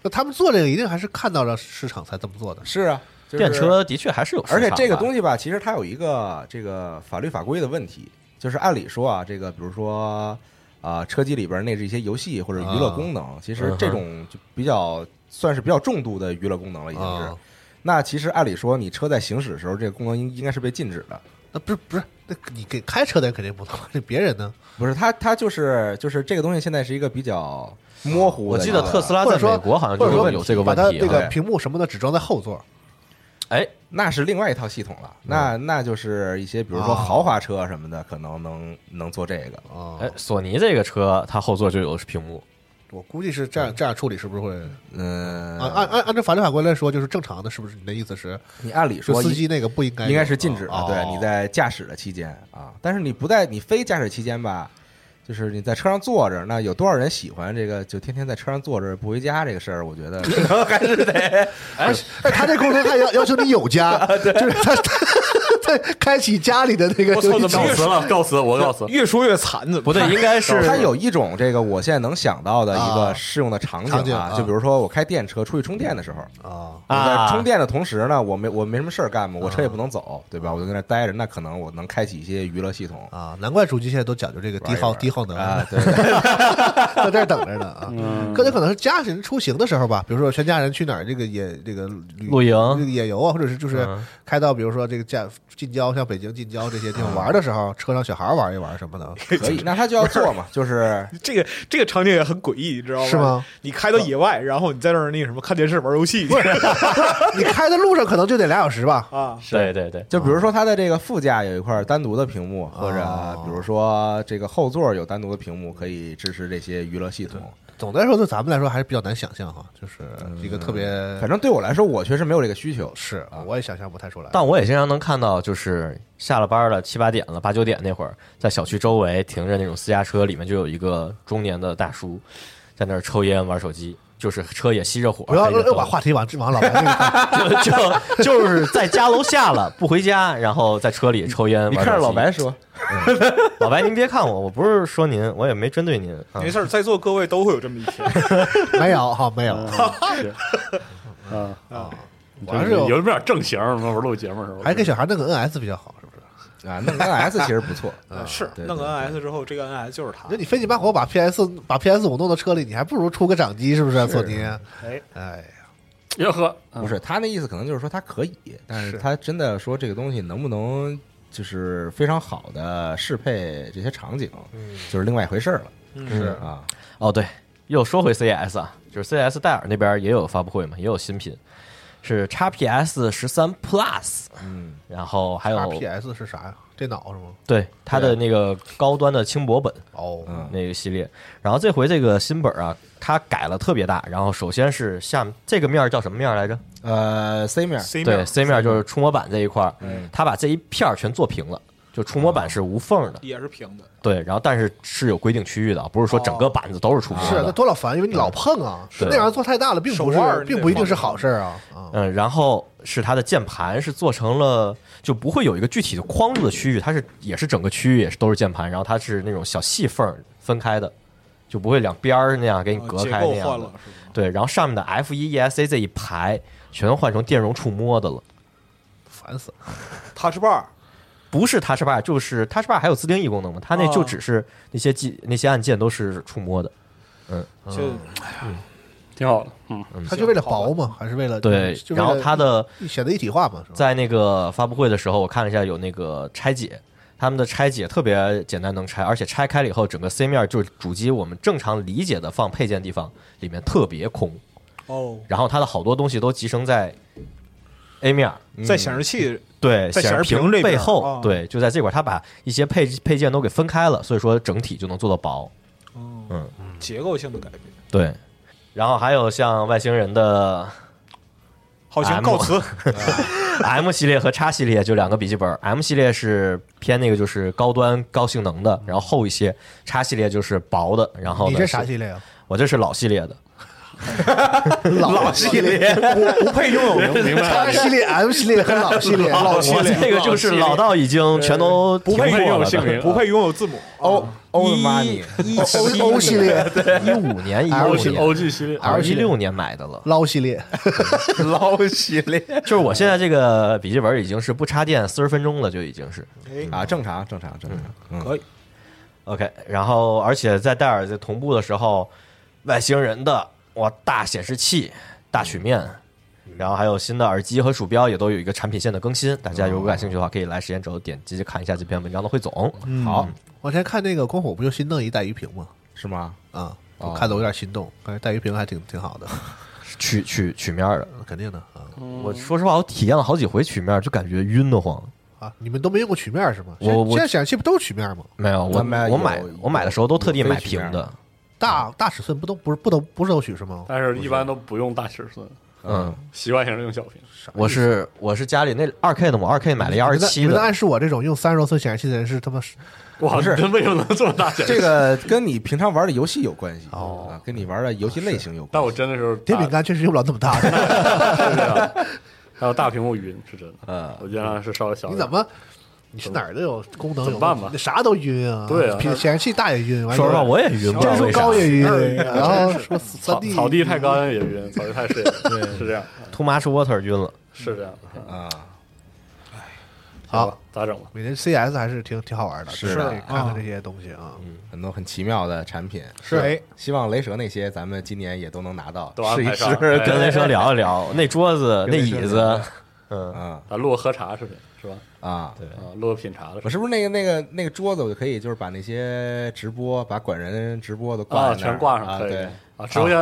S6: 那他们做这个一定还是看到了市场才这么做的。
S2: 是啊，就是
S7: 电车的确还是有市场
S2: 而
S7: 的，
S2: 且这个东西吧，其实它有一个这个法律法规的问题，就是按理说啊，这个比如说啊、车机里边内置一些游戏或者娱乐功能，
S7: 嗯
S2: 其实这种就比较算是比较重度的娱乐功能了，已经是。
S7: 嗯
S6: 啊
S2: 那其实按理说，你车在行驶的时候，这个功能应应该是被禁止的。
S6: 那不是不是，那你给开车的人肯定不能，那 别人呢？
S2: 不是，它它就是就是这个东西现在是一个比较模糊
S7: 我
S2: 的一
S7: 记
S2: 个。
S7: 得特斯拉
S6: 或者
S7: 在
S6: 说
S7: 美国好像
S6: 或者
S7: 啊就
S6: 说
S7: 有这个
S6: 把
S7: 问
S6: 它
S7: 题
S6: 那
S7: 啊。
S6: 个屏幕什么的只装在后座，
S7: 哎，
S2: 那是另外一套系统了，
S6: 嗯
S2: 那那就是一些比如说
S6: 哦
S2: 豪华车什么的，可能能能做这个。
S6: 啊
S7: 哎，，索尼这个车它后座就有屏幕，
S6: 我估计是这样这样处理是不是会？
S2: 嗯，
S6: 啊，按按按照法律法规来说，就是正常的，是不是？你的意思是，
S2: 你按理
S6: 就
S2: 说
S6: 司
S2: 应
S6: 机那个不应该有
S2: 应该是禁止的
S6: 哦，
S2: 对，你在驾驶的期间啊，但是你不在你非驾驶期间吧，就是你在车上坐着，那有多少人喜欢这个就天天在车上坐着不回家这个事儿？我觉 得可能还是得
S6: 而且哎他这功能还要要求你有家， 就是 他他他开启家里的那个
S4: 我操，
S6: 游
S4: 怎
S6: 戏
S4: 么告
S6: 机
S4: 辞了？告辞，我告 辞。
S8: 嗯越说越惨，怎么
S7: 不对，应该是
S2: 它有一种这个我现在能想到的一
S6: 啊
S2: 个适用的场
S6: 场
S2: 景
S6: 景
S2: 啊
S6: 啊，
S2: 就比如说我开电车出去充电的时候，
S6: 啊，
S2: 我在
S7: 啊，
S2: 充电的同时呢，我没我没什么事儿干嘛，我车也不能走，对吧？我就在那儿待着，那可能我能开启一些娱乐系统
S6: 啊，难怪主机现在都讲究这个低
S2: 玩
S6: 耗
S2: 一玩
S6: 低耗能
S2: 啊，，对，对
S6: 在这儿等着呢啊。可能可能是家人出行的时候吧，比如说全家人去哪儿这个野这个旅
S7: 露营
S6: 这个野游啊，或者是就是
S7: 嗯
S6: 开到比如说这个家近郊，像北京近郊这些地方
S2: 嗯
S6: 玩的时候，车上小孩玩一玩什么的，
S2: 可以，那他就要做嘛， 就是
S8: 这个这个场景也很诡异，你知道吗？
S6: 是吗？
S8: 你开到野外，然后你在那儿那什么看电视、玩游 戏，不是
S6: 你开的路上可能就得俩小时吧。
S8: 啊？
S7: 对对对，
S2: 就比如说它的这个副驾有一块单独的屏幕，或者
S6: 哦
S2: 比如说这个后座有单独的屏幕，可以支持这些娱乐系统。
S6: 总的来说，对咱们来说还是比较难想象哈，就是一个特别，
S2: 反正对我来说，我确实没有这个需求。
S6: 是啊我也想象不太出来。
S7: 但我也经常能看到，就是下了班了七八点了八九点那会儿，在小区周围停着那种私家车，里面就有一个中年的大叔在那儿抽烟玩手机，就是车也吸着火，
S6: 不要
S7: 开着
S6: 又把
S7: 灯
S6: 话题往往老白那个方
S7: 就就就是在家楼下了不回家，然后在车里抽烟玩
S2: 你
S7: 手机。
S2: 看着老白说，
S7: 老白，您别看我，我不是说您，我也没针对您啊
S8: 没。事儿，在座各
S4: 嗯
S8: 位都会有这么一天
S6: 没有哈，没有
S4: 啊，
S6: 我还是有
S4: 有这么点正形儿，那会儿录节目的时候
S6: 还是给小孩弄个 NS 比较好，是不是？
S2: 啊，弄 NS 其实不 错，
S7: 啊
S8: 是
S2: 对
S8: 弄个
S2: 对
S8: NS 之后，这个 NS 就是它
S6: 那。你费劲巴火把 PS 把 PS 五弄到车里，你还不如出个掌机，是不是？索尼，
S4: 哎
S6: 哎，
S4: 也喝，嗯
S2: 不是他那意思，可能就是说他可以，但
S6: 是
S2: 是他真的说这个东西能不能就是非常好的适配这些场景，就是另外一回事儿了。是啊，
S7: 嗯哦，对，又说回 CES 啊，就是 CES 戴尔那边也有发布会嘛，也有新品，是 XPS 十三 Plus，
S2: 嗯，
S7: 然后还有
S6: RPS 是啥呀？电脑是吗？
S7: 对啊它的那个高端的轻薄本
S6: 哦，
S2: 嗯
S7: 那个系列。然后这回这个新本儿啊，它改了特别大。然后首先是下这个面儿叫什么面儿来着？
S2: 呃，C 面
S8: C
S7: 对
S8: 面
S7: ，C 面儿嗯就是触摸板这一块儿，它把这一片儿全做平了，就触摸板是无缝的。
S8: 也是平的，
S7: 对，然后但是是有规定区域的，不是说整个板子都啊是触摸
S6: 是啊
S7: 的。
S6: 那多老烦，因为你老碰啊，
S7: 对
S6: 那玩意儿做太大了，并不
S8: 手腕儿
S6: 是，
S8: 你得
S6: 并不一定是好事儿啊啊！
S7: 嗯，然后是它的键盘是做成了，就不会有一个具体的框住的区域，它是也是整个区域也是都是键盘，然后它是那种小细缝儿分开的，就不会两边儿那样给你
S8: 呃
S7: 隔
S8: 结
S7: 开
S8: 构
S7: 那样
S8: 换
S7: 的
S8: 了。是吗？
S7: 对，然后上面的 F 一 ESA 这一排全换成电容触摸的了，
S6: 烦死了，
S8: Touch Bar
S7: 不是 Touch Bar 就是 Touch Bar 还有自定义功能嘛，它那就
S8: 哦
S7: 只是那些记那些按键都是触摸的。嗯
S8: 就
S4: 挺好的，嗯，
S6: 它就为了薄嘛，还是为了
S7: 对，
S6: 就为
S7: 然
S6: 了
S7: 后它的
S6: 显得一体化嘛，是吧？
S7: 在那个发布会的时候，我看了一下，有那个拆解，他们的拆解特别简单能拆，而且拆开了以后，整个 C 面就是主机我们正常理解的放配件地方里面特别空，
S8: 哦，
S7: 然后它的好多东西都集成在 A 面，嗯
S8: 在显示器
S7: 对，
S8: 在显示屏
S7: 屏
S8: 这边
S7: 背后，
S8: 哦
S7: 对，就在这块儿，它把一些配配件都给分开了，所以说整体就能做到薄，
S8: 嗯结构性的改变。
S7: 对。然后还有像外星人的
S8: 好，行，
S7: M
S8: 告辞。
S7: M 系列和 X 系列就两个笔记本儿，M 系列是偏那个就是高端高性能的，然后厚一些；X 系列就是薄的，然后
S6: 你
S7: 呢
S6: 这啥
S7: 是
S6: 系列啊？
S7: 我这是老系列的，
S6: 老系列、
S8: 不配拥有名，
S4: 明白了
S6: X 系列、M 系列和老系列，
S7: 我这个就是老到已经全都
S8: 不配
S7: 停
S8: 拥
S7: 过
S8: 有
S7: 了
S4: 姓
S7: 的。
S4: 名，
S8: 不配拥有字母。
S2: O
S4: 哦
S2: O
S7: 一
S2: money
S7: 一七
S6: O O 系列
S7: 一五年一
S6: L
S7: 六
S6: 系
S7: 年
S4: O G 系列，
S7: 一六年买的了，
S6: 捞系列，
S2: 捞系列
S7: 就是我现在这个笔记本已经是不插电四十分钟了，就已经是。
S8: 哎，
S2: 啊，正常正常正常，嗯，
S8: 可以，
S7: OK，然后而且在戴尔在同步的时候，外星人的哇大显示器、大曲面，然后还有新的耳机和鼠标也都有一个产品线的更新，大家如果感兴趣的话，可以来时间轴点击看一下这篇文章的汇总。
S2: 好
S6: 我前看那个光火不就新弄一带鱼屏吗？
S2: 是吗？
S6: 啊，
S2: 哦
S6: 我看的我有点心动，感觉带鱼屏还挺挺好的，
S7: 曲曲曲面的，
S6: 肯定的啊
S7: 我说实话，我体验了好几回曲面，就感觉晕得慌。
S6: 啊！你们都没用过曲面是吗？
S7: 我
S6: 现在
S7: 我
S6: 现在显示器不都是曲面吗？
S7: 没有，我
S2: 那买
S7: 我买
S2: 有
S7: 我买的时候都特地
S2: 有非
S7: 买
S2: 曲
S7: 平
S2: 面
S7: 的，
S6: 大大尺寸不都不是不都不是都曲是吗？
S4: 但是一般都不用大尺寸，
S7: 嗯，
S4: 习惯性的用小屏，
S7: 我是我是家里那二 K 的嘛，二 K 买了
S2: 嗯
S7: 一
S6: 你
S7: 二十
S6: 们在
S7: 七
S6: 你们在
S7: 的，
S6: 暗示我这种用三十多寸显示器的人是他妈是
S4: 哇，
S2: 是
S4: 真为什么能这么大显示
S2: 这？个跟你平常玩的游戏有关系
S6: 哦
S2: 啊，跟你玩的游戏类型有关
S4: 但
S2: 系。
S4: 我真的哦是
S6: 电饼干，确实用不了那么大的。
S4: 啊还有大屏幕晕是真的，
S2: 呃，
S4: 我经常是稍微小。
S6: 你怎？么？你是哪儿都有功能
S4: 怎么
S6: 有
S4: 办吧
S6: 你啥都晕啊！
S4: 对啊
S6: 屏显示器大也晕，完
S7: 说实
S6: 了
S7: 话我也晕不知道
S6: 帧数
S7: 为啥
S6: 高也晕，然后说三
S4: 草
S6: D
S4: 草地嗯太干也晕，草地太 湿也晕，是这样，
S7: ，too much water 晕了。
S4: 是这样。
S2: 啊，
S4: 行
S6: 好
S4: 吧，咋整吧？
S6: 每年 CS 还是挺挺好玩的，
S2: 是
S6: 可
S2: 的
S6: 以看看这些东西啊。
S2: 很多很奇妙的产品，
S8: 是哎
S2: 希望雷蛇那些咱们今年也都能拿到
S4: 都，安
S2: 试一
S4: 排
S2: 试
S4: 上。哎
S7: 跟雷声聊一聊，那桌子、
S2: 跟
S7: 那
S2: 雷
S7: 椅
S2: 声
S7: 子，
S2: 啊
S4: 咱录个喝茶视频是吧？
S2: 啊！
S4: 啊，录个品茶的视
S2: 我
S4: 频。
S2: 是不是那个那个那个桌子，我就可以就是把那些直播，把管人直播都挂
S4: 啊，
S2: 在那儿
S4: 全挂上
S2: 啊
S4: 可以
S2: 对，
S4: 啊，直播间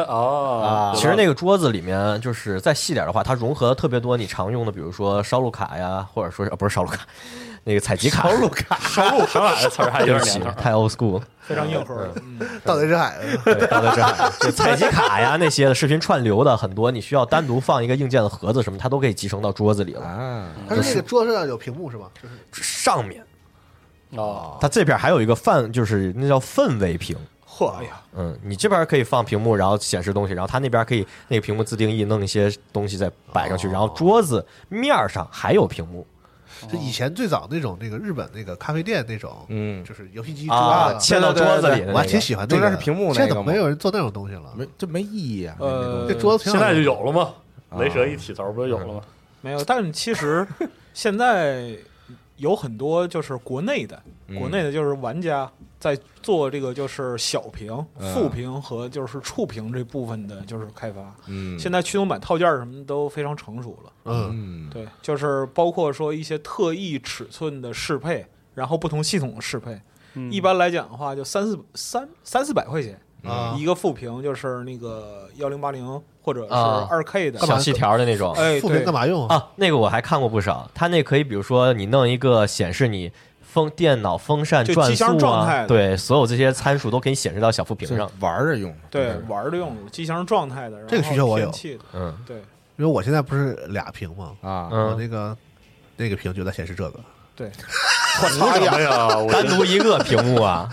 S2: 啊
S4: 哦
S7: 其实那个桌子里面，就是再细点的话，它融合了特别多你常用的，比如说烧录卡呀，或者说是呃不是烧录卡，那个采集卡。烧录卡，
S4: 收录上来的词儿还有
S7: 对
S4: 点
S7: 不
S4: 年
S7: 起
S4: 头，
S7: 太 old school 了。
S8: 非常硬核。嗯
S6: 到底是海，啊
S7: 对，到了这儿，就采集卡呀那些的视频串流的很多，你需要单独放一个硬件的盒子什么，它都可以集成到桌子里了。
S2: 啊，
S6: 它是那个桌子上有屏幕是吧？就是
S7: 上面
S4: 哦，
S7: 它这边还有一个范，就是那叫氛围屏。
S8: 嚯，哎呀，
S7: 嗯，你这边可以放屏幕，然后显示东西，然后它那边可以那个屏幕自定义弄一些东西再摆上去，然后桌子面儿上还有屏幕
S6: 就以前最早那种那个日本那个咖啡店那种，
S2: 嗯
S6: 就是游戏机桌
S7: 啊，
S6: 子
S7: 嵌到桌子里的那个。
S6: 我还挺喜欢那
S2: 中
S6: 个
S2: 间
S6: 的，
S2: 是屏幕那个
S6: 现在怎么
S2: 吗
S6: 没有人做那种东西了？
S2: 没这没意义啊，那那东
S8: 呃
S2: 西
S6: 这桌子挺
S4: 现
S6: 好
S4: 在
S6: 玩
S4: 就
S6: 的
S4: 有了吗？雷蛇一体槽不就有了吗？
S8: 没有，但其实现在有很多就是国内的，国内的就是玩家在做这个就是小屏、副屏和就是触屏这部分的，就是开发。
S2: 嗯，
S8: 现在驱动板套件什么的都非常成熟了，
S6: 嗯，
S2: 嗯，
S8: 对，就是包括说一些特异尺寸的适配，然后不同系统的适配。
S4: 嗯
S8: 一般来讲的话，就三四三三四百块钱
S6: 啊
S8: 嗯一个副屏，就是那个幺零八零或者是
S7: 啊
S8: 二 K 的，
S7: 小细条的那种
S8: 哎，
S6: 副屏
S8: 对
S6: 干嘛用？
S7: 啊，那个我还看过不少。它那可以，比如说你弄一个显示你风电脑风扇
S8: 就
S7: 转
S8: 机箱
S7: 速
S8: 状态
S7: 啊，
S8: 的
S7: 对，所有这些参数都可以显示到小副屏
S2: 这
S7: 上。
S2: 玩儿着用，
S8: 对，玩儿的用的，机箱状态的，然后
S6: 这个需求我有
S8: 天气的，
S7: 嗯，
S8: 对
S6: 因为我现在不是俩屏嘛，
S2: 啊，
S6: 我
S7: 嗯，
S6: 那个那个屏就在显示这个，
S8: 对，
S4: 我操
S7: 哎
S4: 什么呀！我
S7: 单独一个屏幕啊，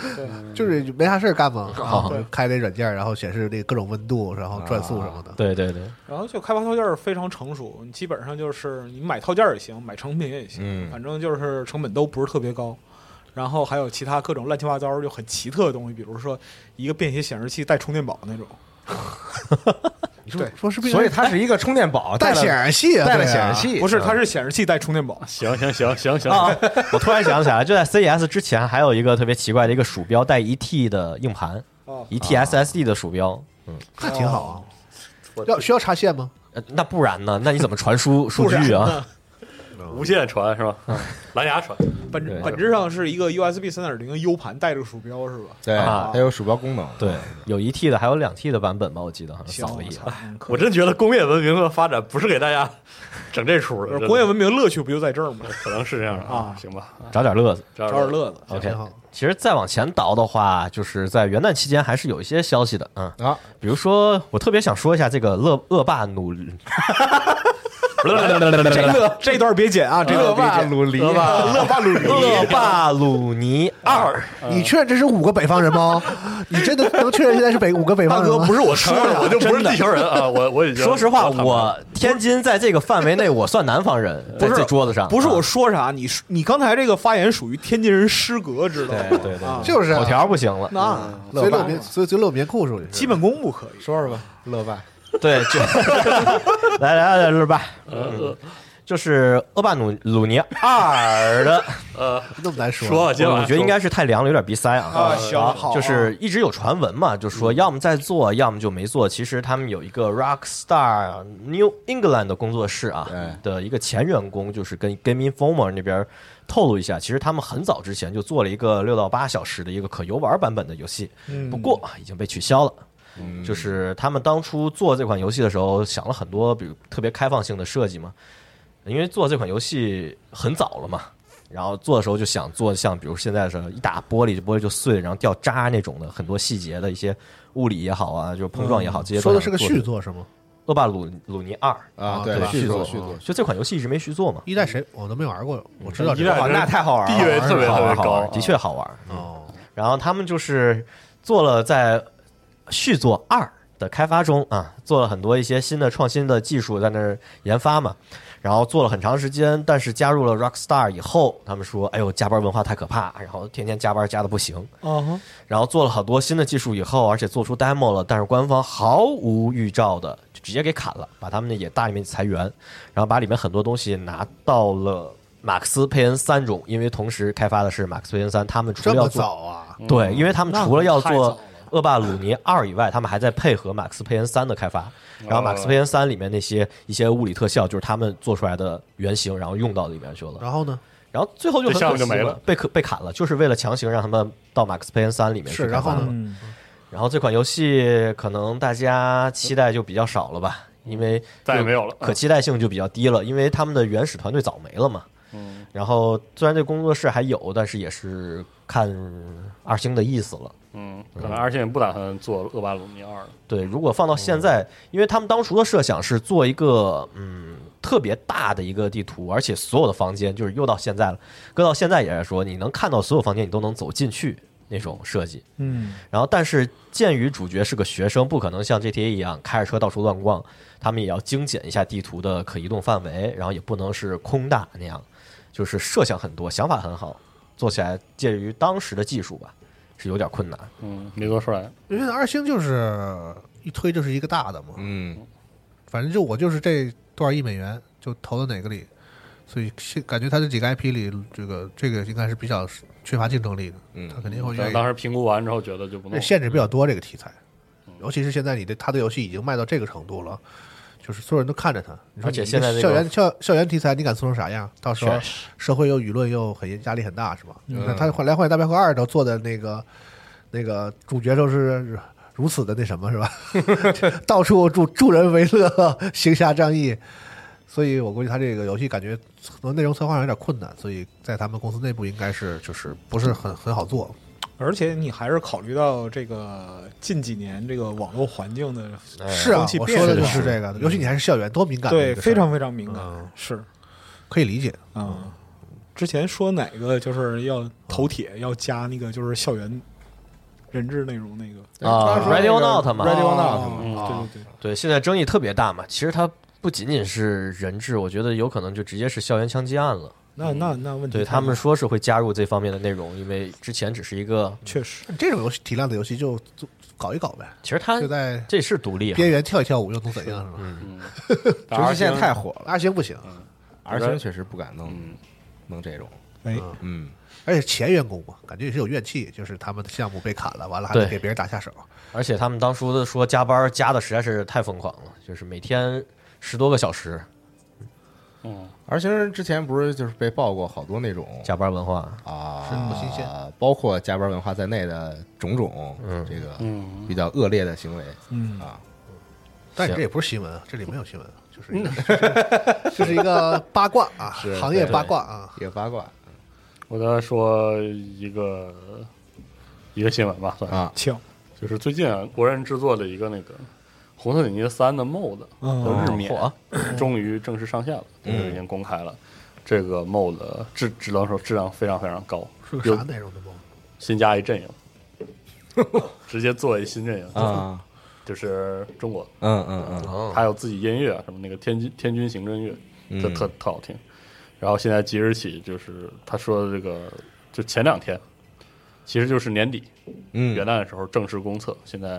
S6: 就是没啥事儿干嘛，
S7: 啊
S6: 就开那软件儿，然后显示那各种温度，然后转速什么的。
S7: 对对对，
S8: 然后就开发套件儿非常成熟，你基本上就是你买套件儿也行，买成品也行，
S2: 嗯
S8: 反正就是成本都不是特别高。然后还有其他各种乱七八糟就很奇特的东西，比如说一个便携显示器带充电宝那种，
S6: 你说
S8: 对
S6: 说是 不是？
S2: 所以它是一个充电宝，
S6: 带
S2: 了
S6: 显示器 啊，
S2: 带了
S6: 对啊
S2: 显示器，
S8: 不是，它是显示嗯器带充电宝。
S4: 行行行行行，
S7: 啊，我突然想起来，就在 CES 之前，还有一个特别奇怪的一个鼠标带一 T 的硬盘，
S8: 哦，
S7: 一 T SSD 的鼠标。
S6: 那挺好啊。
S4: 我
S6: 要需要插线吗？
S7: 呃那不然呢？那你怎么传输数据啊？
S4: 无线传是吧？蓝牙传，
S8: 本
S7: 对
S8: 质本质上是一个 USB 三点零的 U 盘带着鼠标是吧？
S2: 对，
S7: 啊
S2: 它有鼠标功能，
S7: 对，有一 T 的，还有两 T 的版本吧？我记得好像，
S8: 行
S7: 扫了一眼
S8: 操。嗯可以
S4: 我真觉得工业文明的发展不是给大家整这出
S8: 不
S4: 的
S8: 是，工业文明乐趣不就在这儿吗？
S4: 可能是这样的
S8: 啊
S4: 行吧，
S7: 找点乐子。
S4: 找
S8: 找点乐子。
S7: OK，
S6: 挺好。
S7: 其实再往前倒的话，就是在元旦期间还是有一些消息的，嗯
S2: 啊，
S7: 比如说我特别想说一下这个恶恶霸努力，
S8: 这个 这段别剪啊，这段别剪。
S2: 鲁黎，
S7: 恶霸鲁尼，恶霸鲁尼二，
S6: 你确认这是五个北方人吗？你真的能确认现在是北五个北
S8: 大
S6: 方人
S8: 哥
S6: 吗？
S8: 不是我说
S4: 承认
S8: 的，
S4: 我就不是
S8: 真的
S4: 地球人啊！我我已经
S7: 说实话，
S4: 坦白了
S7: 我天津在这个范围内，我算南方人，在
S8: 不是
S7: 这桌子上，
S8: 不是我
S7: 啊
S8: 说啥，你是你刚才这个发言属于天津人失格，知道吗？
S7: 对对对
S8: 啊
S6: 就是啊
S7: 口条不行了，
S8: 那
S6: 所以露棉，所以所以露棉裤是不是？
S8: 基本功不可以。
S2: 说说吧，乐吧，
S7: 对，就来来来，日吧，嗯就是恶霸鲁鲁尼二的，
S6: 那么难
S4: 说
S6: 说。啊
S4: 吧，今晚
S7: 我觉得应该是太凉了，有点鼻塞啊。
S8: 啊行好啊嗯
S7: 就是一直有传闻嘛，就说要么在做，要么就没做。其实他们有一个 Rockstar New England 的工作室啊的一个前员工，就是跟 Game Informer 那边透露一下，其实他们很早之前就做了一个六到八小时的一个可游玩版本的游戏，
S8: 嗯
S7: 不过啊已经被取消了。就是他们当初做这款游戏的时候，想了很多，比如特别开放性的设计嘛，因为做这款游戏很早了嘛，然后做的时候就想做像比如现在是一打玻璃，玻璃就碎，然后掉渣那种的，很多细节的一些物理也好啊，就是碰撞也好，这些
S6: 嗯说
S7: 都
S6: 的
S7: 想
S6: 是个
S7: 做
S6: 续，作是吗？
S7: 《恶霸鲁鲁尼二》
S2: 啊，
S6: 对
S2: 对，
S6: 续
S2: 续
S6: 作
S2: 续作，
S7: 就这款游戏一直没续作嘛，
S6: 一代谁我都没玩过，我知道这
S4: 一代
S6: 个
S4: 人
S7: 那太好玩了，
S4: 地位特别
S7: 好
S4: 特别
S7: 玩好
S4: 高
S7: 玩，，的确好玩。
S6: 哦，
S7: 然后他们就是做了在续作二的开发中啊，做了很多一些新的创新的技术在那儿研发嘛，然后做了很长时间，但是加入了 Rockstar 以后，他们说，哎呦，加班文化太可怕，然后天天加班加的不行，
S6: 嗯
S8: 哦，
S7: 然后做了好多新的技术以后，而且做出 demo 了，但是官方毫无预兆的就直接给砍了，把他们的也大里面裁员，然后把里面很多东西拿到了。马克思佩恩三中，因为同时开发的是马克思佩恩三，他们除
S6: 这
S7: 了要
S6: 么
S7: 做
S6: 早啊？
S4: 嗯
S7: 对，因为他们除了要
S8: 那太早
S7: 做
S8: 了
S7: 《恶霸鲁尼二》以外，他们还在配合《马克思佩恩三》的开
S4: 哦
S7: 发。然后《马克思佩恩三》里面那些一些物理特效，就是他们做出来的原型，然后用到里面去了。
S6: 然后呢？
S7: 然后最后就
S4: 哦
S7: 很
S4: 这项目
S7: 可惜
S4: 就没
S7: 嘛
S4: 了，
S7: 被可被砍了，就是为了强行让他们到《马克思佩恩三》里面
S6: 是
S7: 去开
S6: 然后
S7: 发
S6: 呢
S7: 嘛
S8: 嗯，
S7: 然后这款游戏可能大家期待就比较少了吧，因为
S4: 嗯再也没有了
S7: 可期待性就比较低了，因为他们的原始团队早没了嘛。嗯，然后虽然这工作室还有，但是也是看二星的意思了。
S4: 嗯，可能而且也不打算做恶霸鲁尼二了，
S7: 对，如果放到现在，因为他们当初的设想是做一个嗯特别大的一个地图，而且所有的房间就是又到现在了，搁到现在也来说，你能看到所有房间，你都能走进去那种设计。
S8: 嗯，
S7: 然后，但是鉴于主角是个学生，不可能像 GTA 一样开着车到处乱逛，他们也要精简一下地图的可移动范围，然后也不能是空大那样，就是设想很多，想法很好，做起来介于当时的技术吧，是有点困难。
S4: 嗯，没做出来，
S6: 因为二星就是一推就是一个大的嘛，
S2: 嗯，
S6: 反正就我就是这多少亿美元就投到哪个里，所以现感觉他这几个 IP 里，这个这个应该是比较缺乏竞争力的，
S2: 嗯
S6: 他肯定会
S4: 但
S6: 愿
S4: 是
S6: 意。
S4: 当时评估完之后觉得就不弄
S6: 这
S4: 了，
S6: 限制
S7: 嗯
S6: 比较多这个题材，尤其是现在你的他的游戏已经卖到这个程度了，就是所有人都看着他。你说
S7: 而且
S6: 你
S7: 现在
S6: 一个
S7: 这个
S6: 校园校校园题材，你敢做成啥样？到时候
S7: 确
S6: 社会又舆论又很压力很大，是吧？你看他《来《荒野大镖客二》都做的那个那个主角都是。如此的那什么是吧？ 到处助助人为乐，行侠仗义，所以我估计他这个游戏感觉很多内容策划上有点困难，所以在他们公司内部应该是就是不是很很好做。
S8: 而且你还是考虑到这个近几年这个网络环境的
S6: 是啊
S8: 呃风气，
S6: 我
S8: 变
S6: 说的就
S8: 化嗯
S6: 是这个，尤其你还是校园，多敏感的一
S8: 对，
S6: 个事儿
S8: 非常非常敏感，
S6: 嗯
S8: 是
S6: 可以理解。
S8: 啊、
S6: 嗯
S8: 之前说哪个就是要头铁要加那个就是校园人质内容那个
S7: 啊，Radio Not 嘛，
S2: Radio
S8: 嗯，对对对，
S7: 对，现在争议特别大嘛。其实它不仅仅是人质，我觉得有可能就直接是校园枪击案了。
S8: 那那那问题
S6: 嗯
S7: 对
S8: 太大
S7: 他们说是会加入这方面的内容，因为之前只是一个，
S8: 确实
S6: 这种游戏体量的游戏就做搞一搞呗，
S7: 其实它
S6: 就在
S7: 这是独立啊，
S6: 边缘跳一跳舞又能怎样是吧？
S4: 嗯
S2: 主要是现在太火了
S6: 阿星不行，
S2: ，R 星确实不敢弄
S4: 嗯
S2: 弄这种，
S8: 哎，
S2: 嗯，
S6: 而且前员工嘛，感觉也是有怨气，就是他们的项目被砍了，完了还
S7: 对
S6: 得给别人打下手。
S7: 而且他们当初的说加班加的实在是太疯狂了，就是每天十多个小时
S4: 嗯，
S2: 而星之前不是就是被爆过好多那种
S7: 加班文化，
S2: 啊，
S6: 是不新鲜，
S2: 包括加班文化在内的种种，这个
S4: 嗯
S2: 比较恶劣的行为
S8: 嗯
S2: 啊，
S6: 但你这也不是新闻啊，这里没有新闻啊，就是一个就是一个八卦啊
S2: 是，
S6: 行业八卦啊。
S2: 也八卦
S4: 我再说一个一个新闻吧，算是
S2: 啊，
S8: 请
S4: 就是最近啊，国人制作的一个那个《红色警戒三》的 MOD，
S8: 嗯
S4: 叫日冕
S7: 嚯，
S4: 终于正式上线了，就是已经公开了。这个 MOD 质只能说质量非常非常高，
S6: 是个
S4: 有
S6: 啥内容的梦？
S4: 新加一阵营， 直接做一新阵营
S2: 啊，
S4: 就是中国，
S2: 嗯嗯嗯，
S7: 哦，
S4: 还有自己音乐什么那个天军天军行政乐，
S2: 嗯
S4: 这特特好听。然后现在即日起，就是他说的这个，就前两天，其实就是年底
S2: 嗯
S4: 元旦的时候正式公测，现在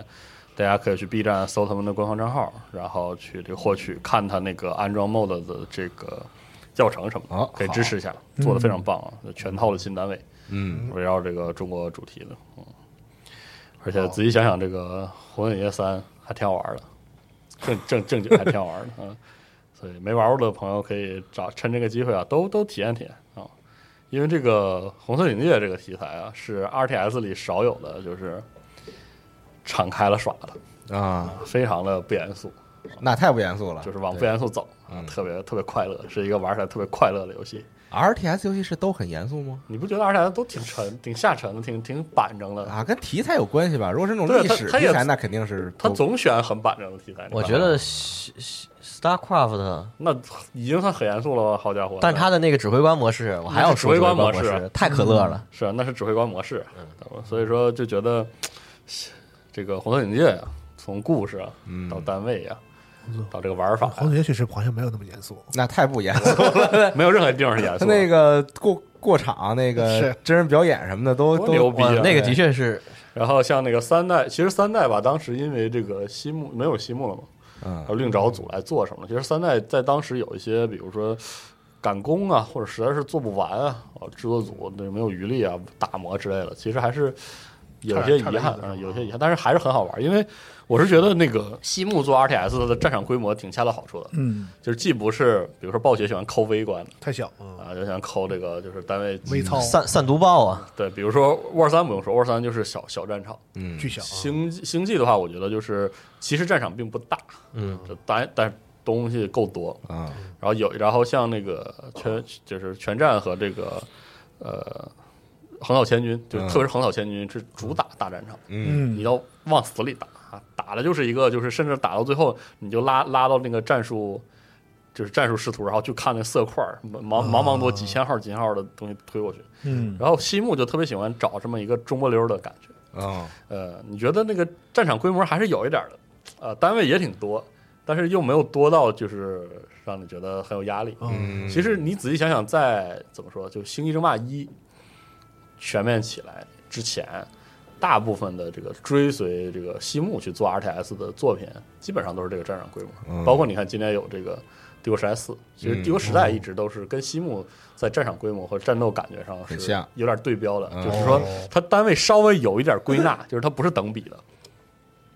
S4: 大家可以去 B 站搜他们的官方账号，然后去这个获取看他那个安装 mod 的这个教程什么的，
S2: 哦
S4: 可以支持一下，做的非常棒啊！全套的新单位，
S2: 嗯，
S4: 围绕这个中国主题的，嗯，而且仔细想想，这个《红影夜三》还挺好玩的，正正正经还挺好玩的，嗯，所以没玩过的朋友可以找趁这个机会啊，都都体验体验啊，因为这个红色警戒这个题材啊，是 RTS 里少有的，就是敞开了耍的，
S2: 啊，
S4: 非常的不严肃，
S2: 那太不严肃了，
S4: 就是往不
S2: 对
S4: 严肃走，啊
S2: 嗯
S4: 特别特别快乐，是一个玩起来特别快乐的游戏。
S2: RTS 游戏是都很严肃吗？
S4: 你不觉得 RTS 都挺沉、挺下沉的、挺挺板正的？
S2: 啊，跟题材有关系吧？如果是那种
S4: 对
S2: 历
S4: 它
S2: 史
S4: 它也
S2: 题材，那肯定是
S4: 他
S2: 都
S4: 总选很板正的题材，你
S7: 我
S4: 看
S7: 觉得西西 StarCraft，
S4: 那已经算很严肃了吧？好家伙！
S7: 但他的那个指挥官模式，我还要说
S4: 指挥官
S7: 模
S4: 模式
S7: 太可乐了，
S4: 是啊，那是指挥官模式，所以说就觉得这个《红色警戒》啊，从故事啊到单位啊，到这个玩法
S6: 黄
S4: 啊、
S6: 总也许是好像没有那么严肃，
S2: 那太不严 肃了。
S4: 没有任何地方是严
S2: 他
S4: 肃的。
S2: 那个过过场那个
S6: 是
S2: 真人表演什么的都
S4: 多
S2: 都
S4: 牛逼啊
S7: 哇那个
S2: 对
S7: 的确是
S4: 然后像那个三代，其实三代吧，当时因为这个西木没有西木了嘛，然后
S2: 嗯
S4: 另找组来做什么的。其实三代在当时有一些，比如说赶工啊，或者实在是做不完啊，啊制作组那没有余力啊，打磨之类的，其实还是有些遗
S6: 差点
S4: 憾
S6: 意，思
S4: 嗯，有些遗憾，但是还是很好玩。因为我是觉得那个西木做 RTS 它的战场规模挺恰到好处的，
S8: 嗯
S4: 就是既不是比如说暴雪喜欢抠微观
S6: 太小啊，
S4: 啊，就想抠这个就是单位
S6: 微操
S7: 散散毒豹啊，
S4: 对，比如说 War 三不用说，War 三就是小小战场。
S2: 嗯
S6: 巨小啊，
S4: 星际星际的话，我觉得就是其实战场并不大，
S7: 嗯，
S4: 但但东西够多，
S2: 啊
S4: 然后有，然后像那个全就是全战和这个呃横扫千军，就是
S2: 嗯
S4: 特别是横扫千军是主打大战场，
S2: 嗯
S4: 你
S8: 嗯，
S4: 要往死里打，打的就是一个就是甚至打到最后你就拉拉到那个战术。就是战术视图，然后就看那色块儿，茫茫
S2: 啊
S4: 茫多几千号、几千号的东西推过去。
S8: 嗯
S4: 然后西木就特别喜欢找这么一个中波溜的感觉。
S2: 啊
S4: 呃，你觉得那个战场规模还是有一点儿的，呃，单位也挺多，但是又没有多到就是让你觉得很有压力。
S2: 嗯，
S4: 其实你仔细想想在，怎么说，就《星际争霸一》全面起来之前，大部分的这个追随这个西木去做 RTS 的作品，基本上都是这个战场规模。
S2: 嗯
S4: 包括你看今年有这个《帝国时代四》，其实《帝国时代》
S2: 嗯
S4: 一直都是跟西木在战场规模和战斗感觉上
S2: 很
S4: 是
S2: 像嗯
S4: 有点对标的，就是说它单位稍微有一点归纳，就是它不是等比的。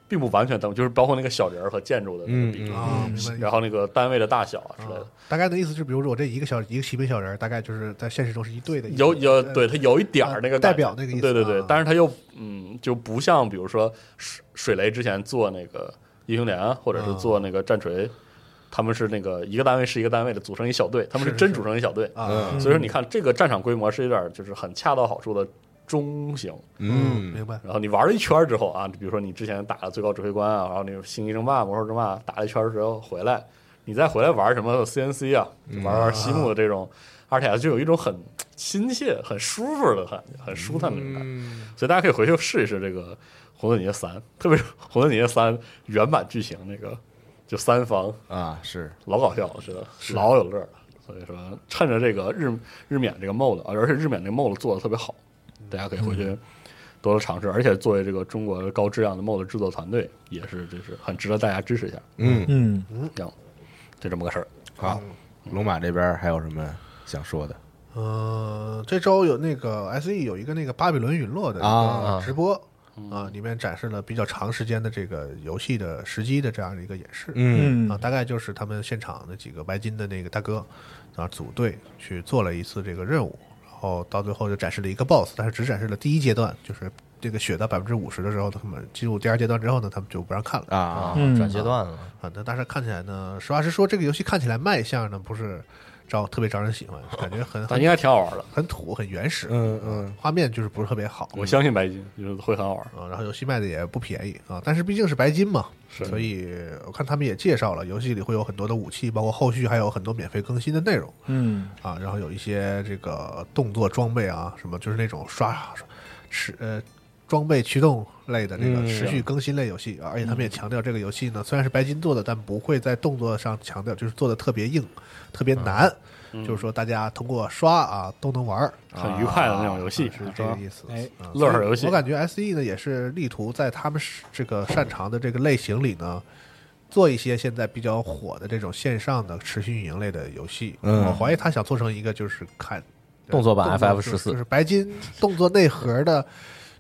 S4: 并不完全等，就是包括那个小人儿和建筑的那个比
S2: 嗯
S4: 例，
S6: 啊，明白
S4: 然后那个单位的大小啊之类的，
S6: 嗯大概的意思是，比如说我这一个小一个骑兵小人儿，大概就是在现实中是一队的意思，
S4: 有有
S6: 呃
S4: 对它有一点儿那个
S6: 呃代
S4: 感觉
S6: 表那个意思
S4: 对对对
S6: 啊，
S4: 但是它又嗯就不像比如说水水雷之前做那个英雄联啊或者是做那个战锤，他们是那个一个单位是一个单位的组成一小队，他们是
S6: 是
S4: 真
S6: 是
S4: 组成一小队，
S6: 啊，
S4: 所以说你看这个战场规模是有点儿就是很恰到好处的中型，
S6: 嗯，明白，
S4: 然后你玩了一圈儿之后啊，比如说你之前打了最高指挥官啊，然后那个星际争霸、魔兽争霸打了一圈儿之后回来，你再回来玩什么 CNC 啊，就玩玩西木的这种 RTS，就有一种很亲切、很舒服的感觉，很舒坦的那种感觉。所以大家可以回去试一试这个《红色警戒三》，特别是《红色警戒三》原版剧情那个，就三方
S2: 啊，是
S4: 老搞笑了，觉得老有乐了。所以说，趁着这个日日免这个 mod，而且日免这个 mod 做的特别好，大家可以回去多多尝试。而且作为这个中国高质量的 mod 制作团队，也是就是很值得大家支持一下。
S8: 嗯，
S4: 行，就这么个事儿。
S2: 好。龙马这边还有什么想说的？
S6: 嗯，这周有那个 S E 有一个那个巴比伦陨落的一
S2: 啊
S6: 个直播啊，里面展示了比较长时间的这个游戏的时机的这样的一个演示，
S2: 嗯
S8: 嗯
S6: 啊，大概就是他们现场的几个白金的那个大哥啊组队去做了一次这个任务，然后到最后就展示了一个 BOSS，但是只展示了第一阶段，就是这个血到百分之五十的时候，他们进入第二阶段之后呢，他们就不让看了
S2: 啊，
S8: 嗯
S7: 转阶段了，
S6: 啊。那但是看起来呢，实话实说，这个游戏看起来卖相呢不是招特别招人喜欢，感觉很
S4: 但
S6: 很
S4: 应该挺好玩的，
S6: 很土很原始，啊
S2: 嗯嗯，
S6: 画面就是不是特别好。
S4: 我相信白金就是会很好玩。
S6: 啊，然后游戏卖的也不便宜啊，但是毕竟是白金嘛，所以我看他们也介绍了，游戏里会有很多的武器，包括后续还有很多免费更新的内容
S8: 嗯
S6: 啊，然后有一些这个动作装备啊，什么就是那种刷持呃装备驱动类的这
S4: 嗯
S6: 个持续更新类游戏啊，而且他们也强调这个游戏呢虽然是白金做的，但不会在动作上强调就是做的特别硬、特
S4: 嗯
S6: 别难，就是说大家通过刷啊都能玩儿。啊
S4: 很愉快的那种游戏，
S6: 是这个意思，
S8: 哎
S6: 嗯
S4: 乐呵游戏
S6: 我感觉 S E 呢也是力图在他们是这个擅长的这个类型里呢，做一些现在比较火的这种线上的持续运营类的游戏。
S2: 嗯
S6: 我怀疑他想做成一个就是看
S7: 动作版
S6: 动
S7: FF
S6: 作
S7: 十
S6: 就是
S7: 四
S6: 就，是白金动作内核的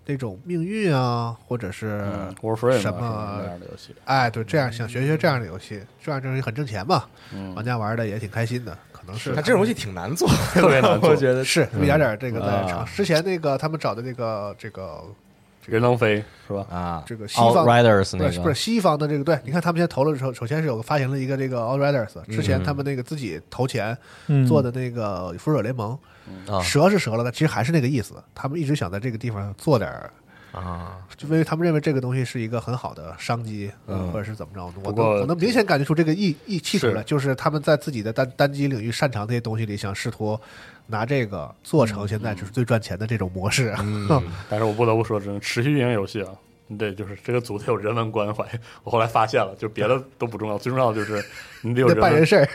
S6: 那种命运啊，或者是
S4: 嗯，Warframe 啊
S6: 什
S4: 什么
S6: 么
S4: 那样的游戏，
S6: 哎，对，这样想学学这样的游戏，这样就是很挣钱嘛，
S4: 嗯
S6: 玩家玩的也挺开心的，可能是
S2: 他这种游戏挺难做，
S4: 特别难做
S8: 我。觉得
S6: 是
S7: 嗯
S6: 一点点这个在
S4: 啊
S6: 尝试。之前那个他们找的那个这个
S4: 人能飞是吧？
S2: 啊，
S6: 这个西
S7: 哦
S6: 方
S7: Outriders
S6: 不
S7: 那
S6: 是不是
S7: 个，
S6: 西方的这个对，你看他们现在投了首首先是有个发行了一个这个 Outriders，之
S4: 嗯
S6: 前他们那个自己投钱
S8: 嗯
S6: 做的那个《复仇者联盟
S4: 嗯
S7: 啊》，
S6: 折是折了，但其实还是那个意思。他们一直想在这个地方做点儿，
S7: 啊，
S6: 就因为他们认为这个东西是一个很好的商机，呃或者是怎么着。我
S4: 嗯不
S6: 能
S4: 过
S6: 我能明显感觉出这个意意气出
S4: 是
S6: 来，就是他们在自己的单单机领域擅长这些东西里，想试图拿这个做成
S4: 嗯
S6: 现在就是最赚钱的这种模式。
S4: 但是我不得不说，真的持续运营游戏啊，你得就是这个组得有人文关怀。我后来发现了，就别的都不重要，最重要就是你得有
S6: 得
S4: 人
S6: 办
S4: 文
S6: 人。事儿，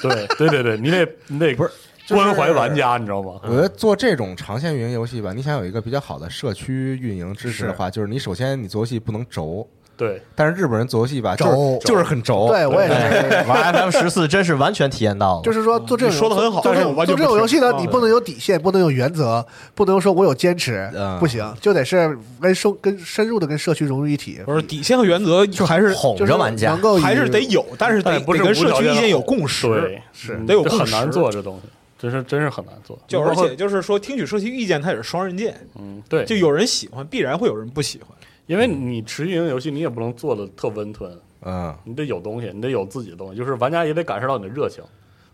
S4: 对对对对，你得你得
S2: 不是就是
S4: 关怀玩家，你知道吗？
S2: 我觉得做这种长线运营游戏吧，你想有一个比较好的社区运营支持的话，就是你首先你做游戏不能轴，
S4: 对，
S2: 但是日本人做游戏吧，就
S6: 轴
S2: 是就是很轴，
S4: 哦
S6: 对我也
S4: 哎
S6: 是。
S7: 玩 FF 十四真是完全体验到了，
S6: 就是说做这种
S8: 嗯你说得很好
S6: 做这
S8: 但是我啊
S6: 种做
S8: 完全
S6: 这种游戏呢，
S8: 不
S6: 你不能有底线，不能有原则，不能说我有坚持
S2: 嗯，
S6: 不行，就得是跟深跟深入的跟社区融入一体，
S8: 不是底线和原则就还是
S7: 哄
S6: 就是
S7: 着玩家
S6: 能，够以
S8: 还是得有，但是
S4: 但
S8: 得
S4: 也不是
S8: 得跟
S4: 无
S8: 社
S4: 条
S8: 区
S4: 件
S8: 意
S4: 的
S8: 见有
S4: 哄
S8: 共识，
S4: 对，
S6: 是
S4: 嗯
S8: 得有
S4: 这
S8: 共
S4: 很
S8: 识
S4: 难做这东西，真是真是很难做。
S8: 就
S4: 包
S8: 而
S4: 括
S8: 且就是说，听取社区意见，它也是双刃剑，
S4: 嗯，对，
S8: 就有人喜欢，必然会有人不喜欢。
S4: 因为你持续运营游戏，你也不能做的特温吞，
S2: 嗯，
S4: 你得有东西，你得有自己的东西，就是玩家也得感受到你的热情。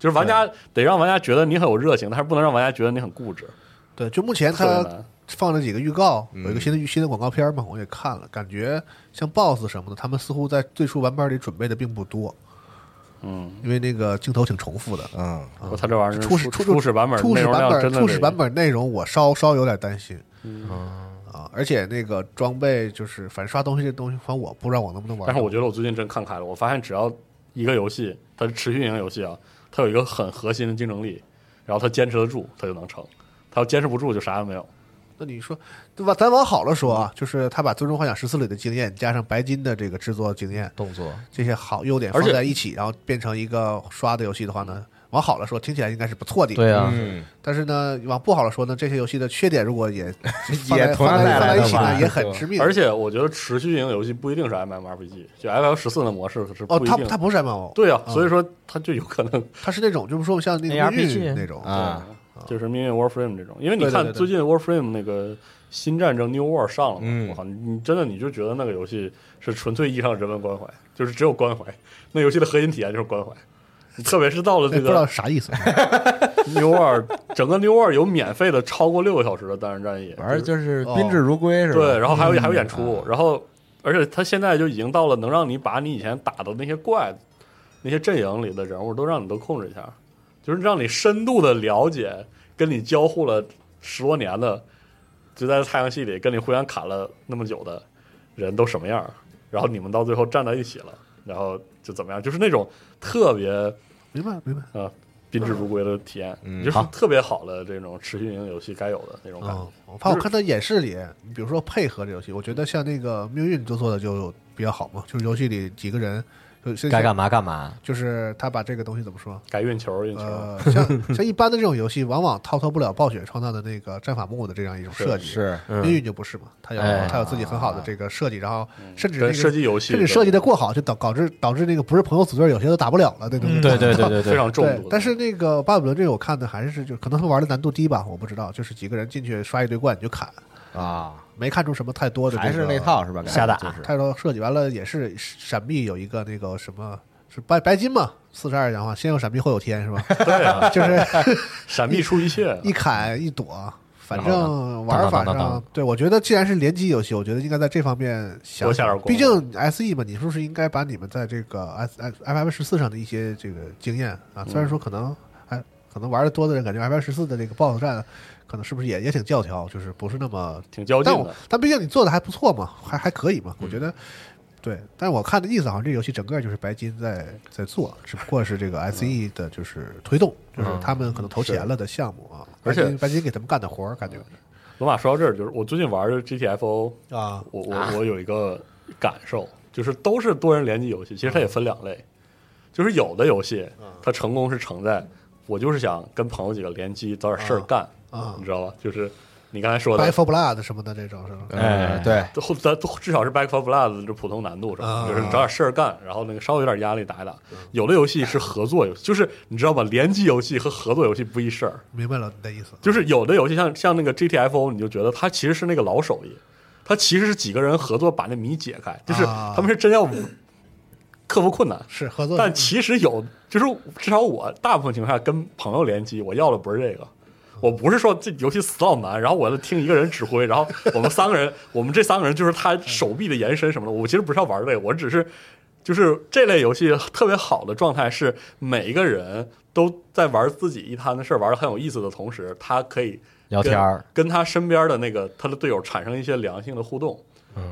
S4: 就是玩家得让玩家觉得你很有热情，但是不能让玩家觉得你很固执，
S6: 对。就目前
S4: 特别
S6: 他
S4: 难。
S6: 放了几个预告，
S8: 嗯
S6: 有一个新的预新的广告片嘛，我也看了，感觉像 BOSS 什么的，他们似乎在最初版本里准备的并不多，
S4: 嗯，
S6: 因为那个镜头挺重复的。
S2: 嗯，
S4: 不他这玩意儿
S6: 啊初始
S4: 初
S6: 初
S4: 始版本
S6: 初
S4: 内
S6: 始
S4: 容
S6: 版
S4: 量真
S6: 本
S4: 的嗯
S6: 初始
S4: 得
S6: 版本内容我稍稍有点担心，
S8: 嗯
S6: 啊，而且那个装备就是反正刷东西这东西，反正我不知道我能不能玩到。
S4: 但是我觉得我最近真看开了，我发现只要一个游戏它是持续运营游戏啊，它有一个很核心的竞争力，然后它坚持得住，它就能成；它要坚持不住，就啥也没有。
S6: 那你说，对吧？咱往好了说啊，就是他把《最终幻想十四》里的经验加上白金的这个制作经验，
S7: 动作，
S6: 这些好优点
S4: 而
S6: 放
S4: 且
S6: 在一起，然后变成一个刷的游戏的话呢，往好了说，听起来应该是不错的。
S7: 对啊，
S2: 嗯，
S6: 但是呢，往不好了说呢，这些游戏的缺点如果也放在
S2: 也同样
S6: 放在
S2: 带
S6: 放
S2: 来
S6: 在
S2: 的
S6: 一起
S2: 话
S6: 呢，也很致命。
S4: 而且我觉得持续营游戏不一定是 MMORPG，就 FF 十四的模式可是
S6: 哦，
S4: 不一
S6: 它
S4: 定。
S6: 它哦不是 M O，
S4: 对啊，所以说它就有可能
S6: 它是那种就是说像那个
S7: ARPG
S6: 命运那种哎
S2: 啊，
S4: 就是命运 Warframe 这种，因为你
S6: 对对
S4: 看
S6: 对对
S4: 最近 Warframe 那个新战争 New War 上了嘛，
S2: 嗯
S4: 我靠，你真的你就觉得那个游戏是纯粹意义上的人文关怀，就是只有关怀，那游戏的核心体验就是关怀。特别是到了
S6: 对
S4: 这
S6: 哎不知道
S4: 个
S6: 啥意思。
S4: New War，整个 New War 有免费的超过六个小时的单人战役，
S2: 反正
S4: 就
S2: 就是宾至如归是吧？
S4: 对，然后还
S6: 嗯
S4: 有还有演出，然后而且他现在就已经到了能让你把你以前打的那些怪、那些阵营里的人物都让你都控制一下，就是让你深度的了解跟你交互了十多年的，就在太阳系里跟你互相砍了那么久的人都什么样儿，然后你们到最后站在一起了，然后就怎么样，就是那种特别。
S6: 明白明白。
S4: 啊，宾至如归的体验，
S2: 嗯
S4: 就是
S7: 好
S4: 特别好的这种持续运营游戏该有的那种感觉。
S6: 嗯，我怕我看它演示里，你比如说配合这游戏，我觉得像那个命运就做的就比较好嘛，就是游戏里几个人就是
S7: 该干嘛干嘛，
S6: 就是他把这个东西怎么说？
S4: 该运球运球，
S6: 呃，像像一般的这种游戏，往往逃脱不了暴雪创造的那个战法木的这样一种设计。
S2: 是
S6: 命运就不是嘛，它有
S7: 哎
S6: 它有自己很好的这个设计，然后甚至那
S4: 嗯跟
S6: 个
S4: 射击游戏
S6: 甚至设计的过好，就导导致导致那个不是朋友组队有些都打不了了那种。
S8: 嗯
S7: 对对对对
S4: 非
S7: 对，
S4: 常重
S6: 对
S4: 度的。，
S6: 但是那个巴比伦这个我看的还是就可能他们玩的难度低吧，我不知道，就是几个人进去刷一堆怪你就砍，
S2: 啊，
S6: 没看出什么太多的、
S2: 还是那，套是吧？
S7: 瞎打哎
S2: 就是
S6: 太多设计完了也是闪避有一个那个什么是白白金嘛，四十二强化，先有闪避后有天是吧？
S4: 对啊，
S6: 就是
S4: 闪避出一切，啊
S6: 一砍一躲，反
S7: 然后
S6: 正玩法
S7: 当当当当
S6: 上，对我觉得既然是联机游戏，我觉得应该在这方面想
S4: 多下点
S6: 想
S4: 功夫
S6: 毕竟 S E 嘛，你是不是应该把你们在这个 S S F F 十四上的一些这个经验啊？虽然说可能哎，可能玩的多的人感觉 F F 十四的这个 BOSS 战，可能是不是也也挺教条，就是不是那么，
S4: 挺较劲
S6: 但我
S4: 的。嗯
S6: 但毕竟你做的还不错嘛，还还可以嘛，我觉得。对，但我看的意思好像这游戏整个就是白金在在做，只不过是
S4: 嗯
S6: 这个 S E 的就是推动，就是他们可能投钱了的项目啊，
S4: 而且
S6: 白金白金给他们干的活儿，感觉
S4: 罗马说到这儿，就是我最近玩的 GTFO，
S6: 啊，
S4: 我我我有一个感受，就是都是多人联机游戏，其实它也分两类，就是有的游戏它成功是成在我就是想跟朋友几个联机找点事儿干，
S6: 啊
S4: 你知道吧？就是你刚才说的嗯
S6: 白 for blood 什么的这种是吧？
S2: 哎，对，
S4: 都咱都至少是 Back for Blood 这普通难度是吧？
S6: 啊
S4: 就是找点事儿干，然后那个稍微有点压力打一打。有的游戏是合作游戏，就是你知道吧？联机游戏和合作游戏不一事儿。
S6: 明白了你的意思，
S4: 就是有的游戏像像那个 GTFO，你就觉得它其实是那个老手艺，它其实是几个人合作把那谜解开，就是
S6: 啊
S4: 他们是真要克服困难。
S6: 是嗯合 作，
S4: 但其实有，就是至少我大部分情况下跟朋友联机，我要的不是这个，我不是说这游戏死老难，然后我要听一个人指挥，然后我们三个人， 我们这三个人就是他手臂的延伸什么的，我其实不是要玩这个，我只是就是这类游戏特别好的状态是每一个人都在玩自己一摊的事儿，玩的很有意思的同时，他可以
S7: 聊天儿，
S4: 跟他身边的那个他的队友产生一些良性的互动。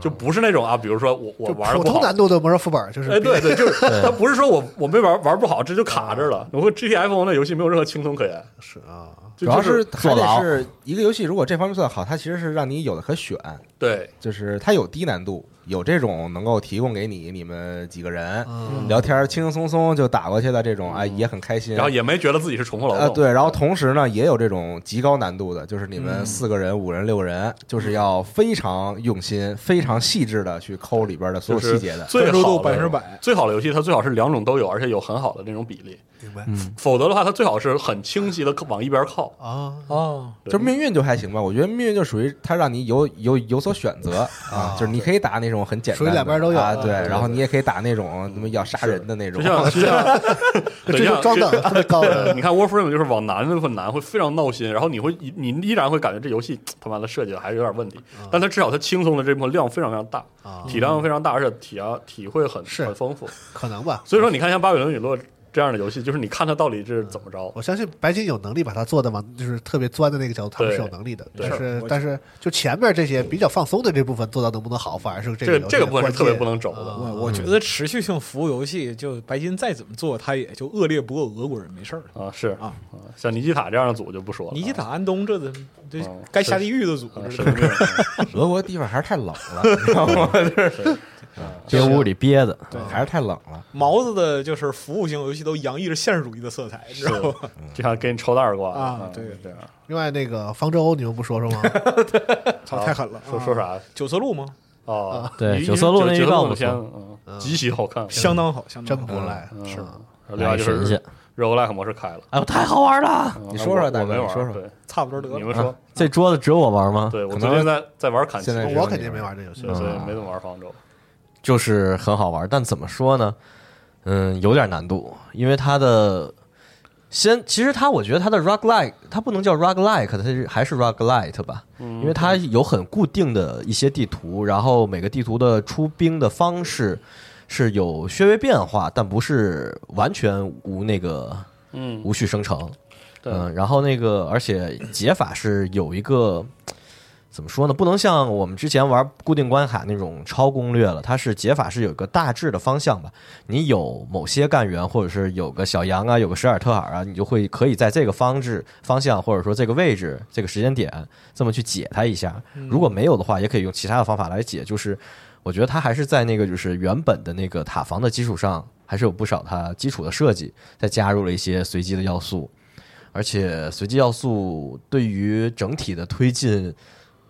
S4: 就不是那种啊，比如说我我
S6: 就
S4: 玩的
S6: 普
S4: 不好
S6: 通，难度的魔兽副本就是
S4: 哎，对对，就是他不是说我我没玩玩不好，这就卡这儿了。我和 GTFO 那游戏没有任何轻松可言，
S6: 是啊，
S4: 就
S2: 主要
S4: 就是
S2: 还
S7: 坐牢
S2: 得是一个游戏，如果这方面做得好，它其实是让你有的可选，
S4: 对
S2: 就是它有低难度，有这种能够提供给你你们几个人
S6: 嗯
S2: 聊天轻轻松松就打过去的这种，哎，也很开心。
S4: 嗯然后也没觉得自己是重复劳
S2: 呃，
S4: 动，
S2: 对，然后同时呢，也有这种极高难度的，就是你
S4: 嗯
S2: 们四个人、五人、六个人，就是要非常用心、非常细致的去抠里边的所
S4: 就
S2: 有
S4: 是
S2: 细节的。
S4: 最
S8: 专注
S4: 好
S8: 度
S4: 的
S8: 百分之百。
S4: 最好的游戏它最好是两种都有，而且有很好的那种比例，
S6: 明白
S4: 否则的话它最好是很清晰的往一边靠。
S6: 啊，
S8: 哦，
S4: 对
S2: 就命运就还行吧，我觉得命运就属于它让你有有有所选择啊，就是你可以打那种很简单的，
S6: 属于两边都有
S2: 啊，
S6: 啊
S2: 对，
S6: 对
S2: 然后你也可以打那种什么要杀人的那
S4: 就
S2: 种，啊
S4: 像就像
S6: 这
S4: 就
S6: 就
S4: 像
S6: 装等特别高
S4: 对
S6: 的，
S4: 你看 Warframe 就是往难的部分难，会非常闹心，然后你会你依然会感觉这游戏他妈的设计的还是有点问题，但它至少它轻松的这部分量非常非常大，
S6: 嗯啊
S4: 体量非常大，而且体啊体会很
S6: 是
S4: 很丰富。
S6: 可能吧，
S4: 所以说，你看像《巴比伦陨落》这样的游戏，就是你看它到底是怎么着。
S6: 我相信白金有能力把它做的往就是特别钻的那个角度，他们是有能力的。
S4: 对
S6: 但是
S8: 是
S6: 但是就前面这些比较放松的这部分做到能不能好，反而是这
S4: 这
S6: 个
S4: 个这个部
S6: 游戏
S4: 分
S6: 的
S4: 是特别
S6: 关键啊
S4: 不能轴的。
S8: 我我
S4: 嗯
S8: 觉得持续性服务游戏，就白金再怎么做，他也就恶劣不过俄国人，没事儿。
S2: 嗯
S4: 啊，是
S8: 啊，
S4: 像尼基塔这样的组就不说了。
S8: 尼基塔、安东这怎这
S4: 嗯
S8: 该下地狱的组
S4: 啊
S8: 织
S4: 是，这 样，
S2: 俄国地方还是太冷了，你知道吗？
S7: 憋屋里憋的，
S2: 对，还是太冷了。
S8: 毛子的就是服务型游戏都洋溢着现实主义的色彩，你知道吗？
S4: 就像给你抽大耳刮
S8: 啊
S4: 对
S8: 对
S4: 这样。
S6: 另外那个方舟，你们不说说吗？
S8: 操，太狠了！
S4: 说
S8: 啊
S4: 说？啥？
S8: 九色鹿吗？
S4: 哦，
S2: 啊
S7: 对
S4: 一
S7: 九色鹿那
S4: 九
S7: 预
S4: 色
S7: 告
S4: 鹿
S7: 不
S4: 的片
S7: 错
S4: 子，嗯，极其好看，
S8: 相当好，相当
S6: 真
S8: 好
S6: 不啊赖，
S4: 嗯
S8: 是。
S4: 然后另外就
S7: 哎来神
S4: 是
S7: 仙
S4: roguelike 模式开了，
S7: 哎呦，太好玩了！
S4: 嗯
S2: 你说说
S4: 我
S2: 大哥
S4: 我没玩，
S2: 你说说
S4: 对，
S8: 差不多得
S4: 你
S8: 了。
S4: 们说
S7: 啊，这桌子只有我玩吗？
S4: 对我
S2: 可
S4: 最
S2: 能
S4: 近在在玩砍七
S2: 现，在是
S6: 我肯定没玩这游戏
S4: 所以。所以
S7: 嗯
S4: 没怎么玩方舟。
S7: 就是很好玩，但怎么说呢？嗯，有点难度，因为它的先，其实它我觉得它的 rock like，它不能叫 rock like，它是还是 rock light 吧，
S2: 嗯
S7: 因为它有很固定的一些地图，然后每个地图的出兵的方式是有略微变化，但不是完全无那个
S4: 嗯，
S7: 无序生成。
S4: 对
S7: 嗯，然后那个，而且解法是有一个怎么说呢？不能像我们之前玩固定关卡那种超攻略了，它是解法是有一个大致的方向吧。你有某些干员，或者是有个小羊啊，有个史尔特尔啊，你就会可以在这个方置方向，或者说这个位置、这个时间点，这么去解它一下。如果没有的话，也可以用其他的方法来解。就是我觉得它还是在那个就是原本的那个塔防的基础上，还是有不少它基础的设计，再加入了一些随机的要素。而且随机要素对于整体的推进，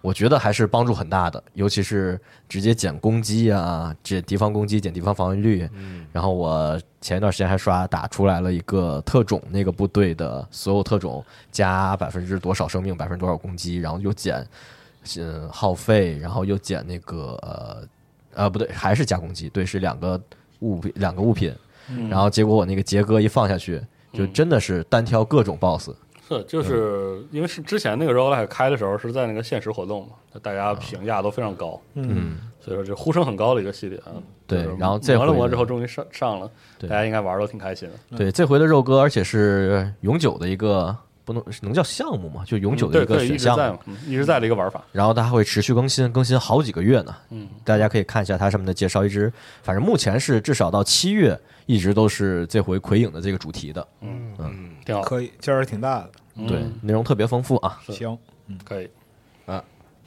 S7: 我觉得还是帮助很大的，尤其是直接减攻击啊，减敌方攻击、减敌方防御率。然后我前一段时间还刷打出来了一个特种那个部队的所有特种加百分之多少生命、百分之多少攻击，然后又减嗯耗费，然后又减那个呃呃不对，还是加攻击，对，是两个物品两个物品。然后结果我那个杰哥一放下去，就
S4: 嗯
S7: 真的是单挑各种 BOSS。
S4: 是，就是因为是之前那个 roguelike 开的时候是在那个限时活动嘛，大家评价都非常高，
S8: 嗯，
S4: 所以说这呼声很高的一个系列啊。
S7: 对
S4: 就是
S7: 然后这
S4: 磨了
S7: 回
S4: 磨之后终于上上了，
S7: 对
S4: 大家应该玩的挺开心的。
S7: 对，这回的肉鸽，而且是永久的一个，不能能叫项目嘛，就永久的
S4: 对
S7: 一个
S4: 对，一
S7: 选
S4: 直
S7: 项
S4: 在
S7: 目。
S4: 嘛，嗯一直在的一个玩法。
S7: 然后它还会持续更新，更新好几个月呢。
S4: 嗯，
S7: 大家可以看一下它上面的介绍，一直反正目前是至少到七月，一直都是这回鬼影的这个主题的。
S4: 挺好。
S8: 可以，劲儿挺大的。
S4: 嗯
S7: 对，内容特别丰富啊。
S4: 是
S8: 行，
S4: 可以，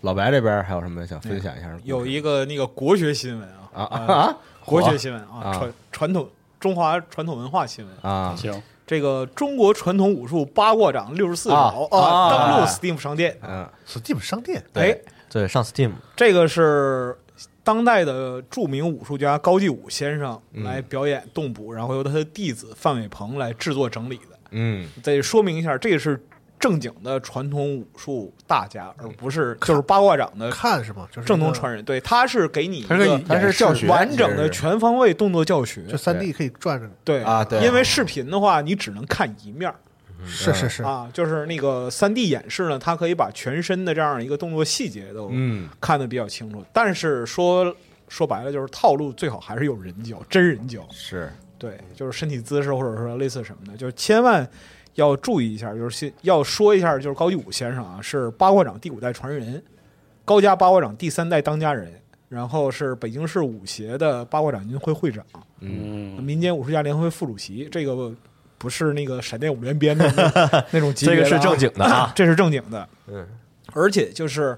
S2: 老白这边还有什么想分享一下的故事？
S8: 有一个那个国学新闻啊
S2: 啊
S8: 呃
S2: 啊
S8: 国学新闻啊，
S2: 啊
S8: 传传统中华传统文化新闻。
S2: 啊啊！
S4: 行，
S8: 这个中国传统武术八卦掌六十四招
S7: 啊啊
S8: 登陆 Steam 商店。
S2: 嗯，
S6: Steam 商店
S8: 哎，
S7: 对，上 Steam
S8: 这个是当代的著名武术家高继武先生
S6: 嗯
S8: 来表演动捕，然后由他的弟子范伟鹏来制作整理的。
S2: 嗯，
S8: 得说明一下，这个是正经的传统武术大家，而不是就是八卦掌的
S6: 嗯看是吗？就是
S8: 正宗
S6: 一个
S8: 传人。对，他是给你一
S2: 他是
S8: 个
S2: 他是教学
S8: 完整的全方位动作教学。
S6: 就三 D 可以转着，
S8: 对
S2: 啊对
S8: 因为视频的话，你只能看一面儿
S4: 嗯
S6: 是是是，
S8: 啊，就是那个三 D 演示呢，它可以把全身的这样一个动作细节都
S2: 嗯
S8: 看得比较清楚。但是说说白了，就是套路最好还是有人教，真人教。
S2: 是
S8: 对，就是身体姿势或者说类似什么的，就是千万要注意一下，就是先要说一下，就是高继武先生啊，是八卦掌第五代传人，高家八卦掌第三代当家人，然后是北京市武协的八卦掌运会会长，
S4: 嗯，
S8: 民间武术家联合会副主席，这个不是那个闪电五连鞭的 那那种级别的
S7: 这
S8: 啊、
S7: 个是正经 的啊
S8: 这是正经的。嗯，而且就是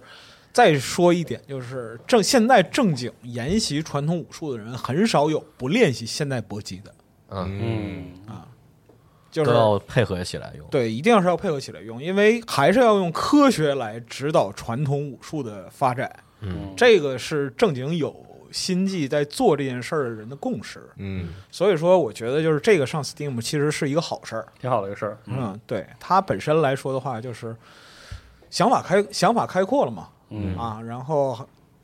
S8: 再说一点，就是正现在正经研习传统武术的人，很少有不练习现代搏击的，
S4: 嗯，
S8: 就是
S7: 都要配合起来用。
S8: 对，一定是要配合起来用，因为还是要用科学来指导传统武术的发展。
S4: 嗯
S8: 这个是正经有心计在做这件事儿的人的共识。
S2: 嗯
S8: 所以说，我觉得就是这个上 Steam 其实是一个好事儿。
S4: 挺好的一个事儿。
S8: 嗯，对它本身来说的话，就是想法开想法开阔了嘛，
S4: 嗯
S8: 啊，然后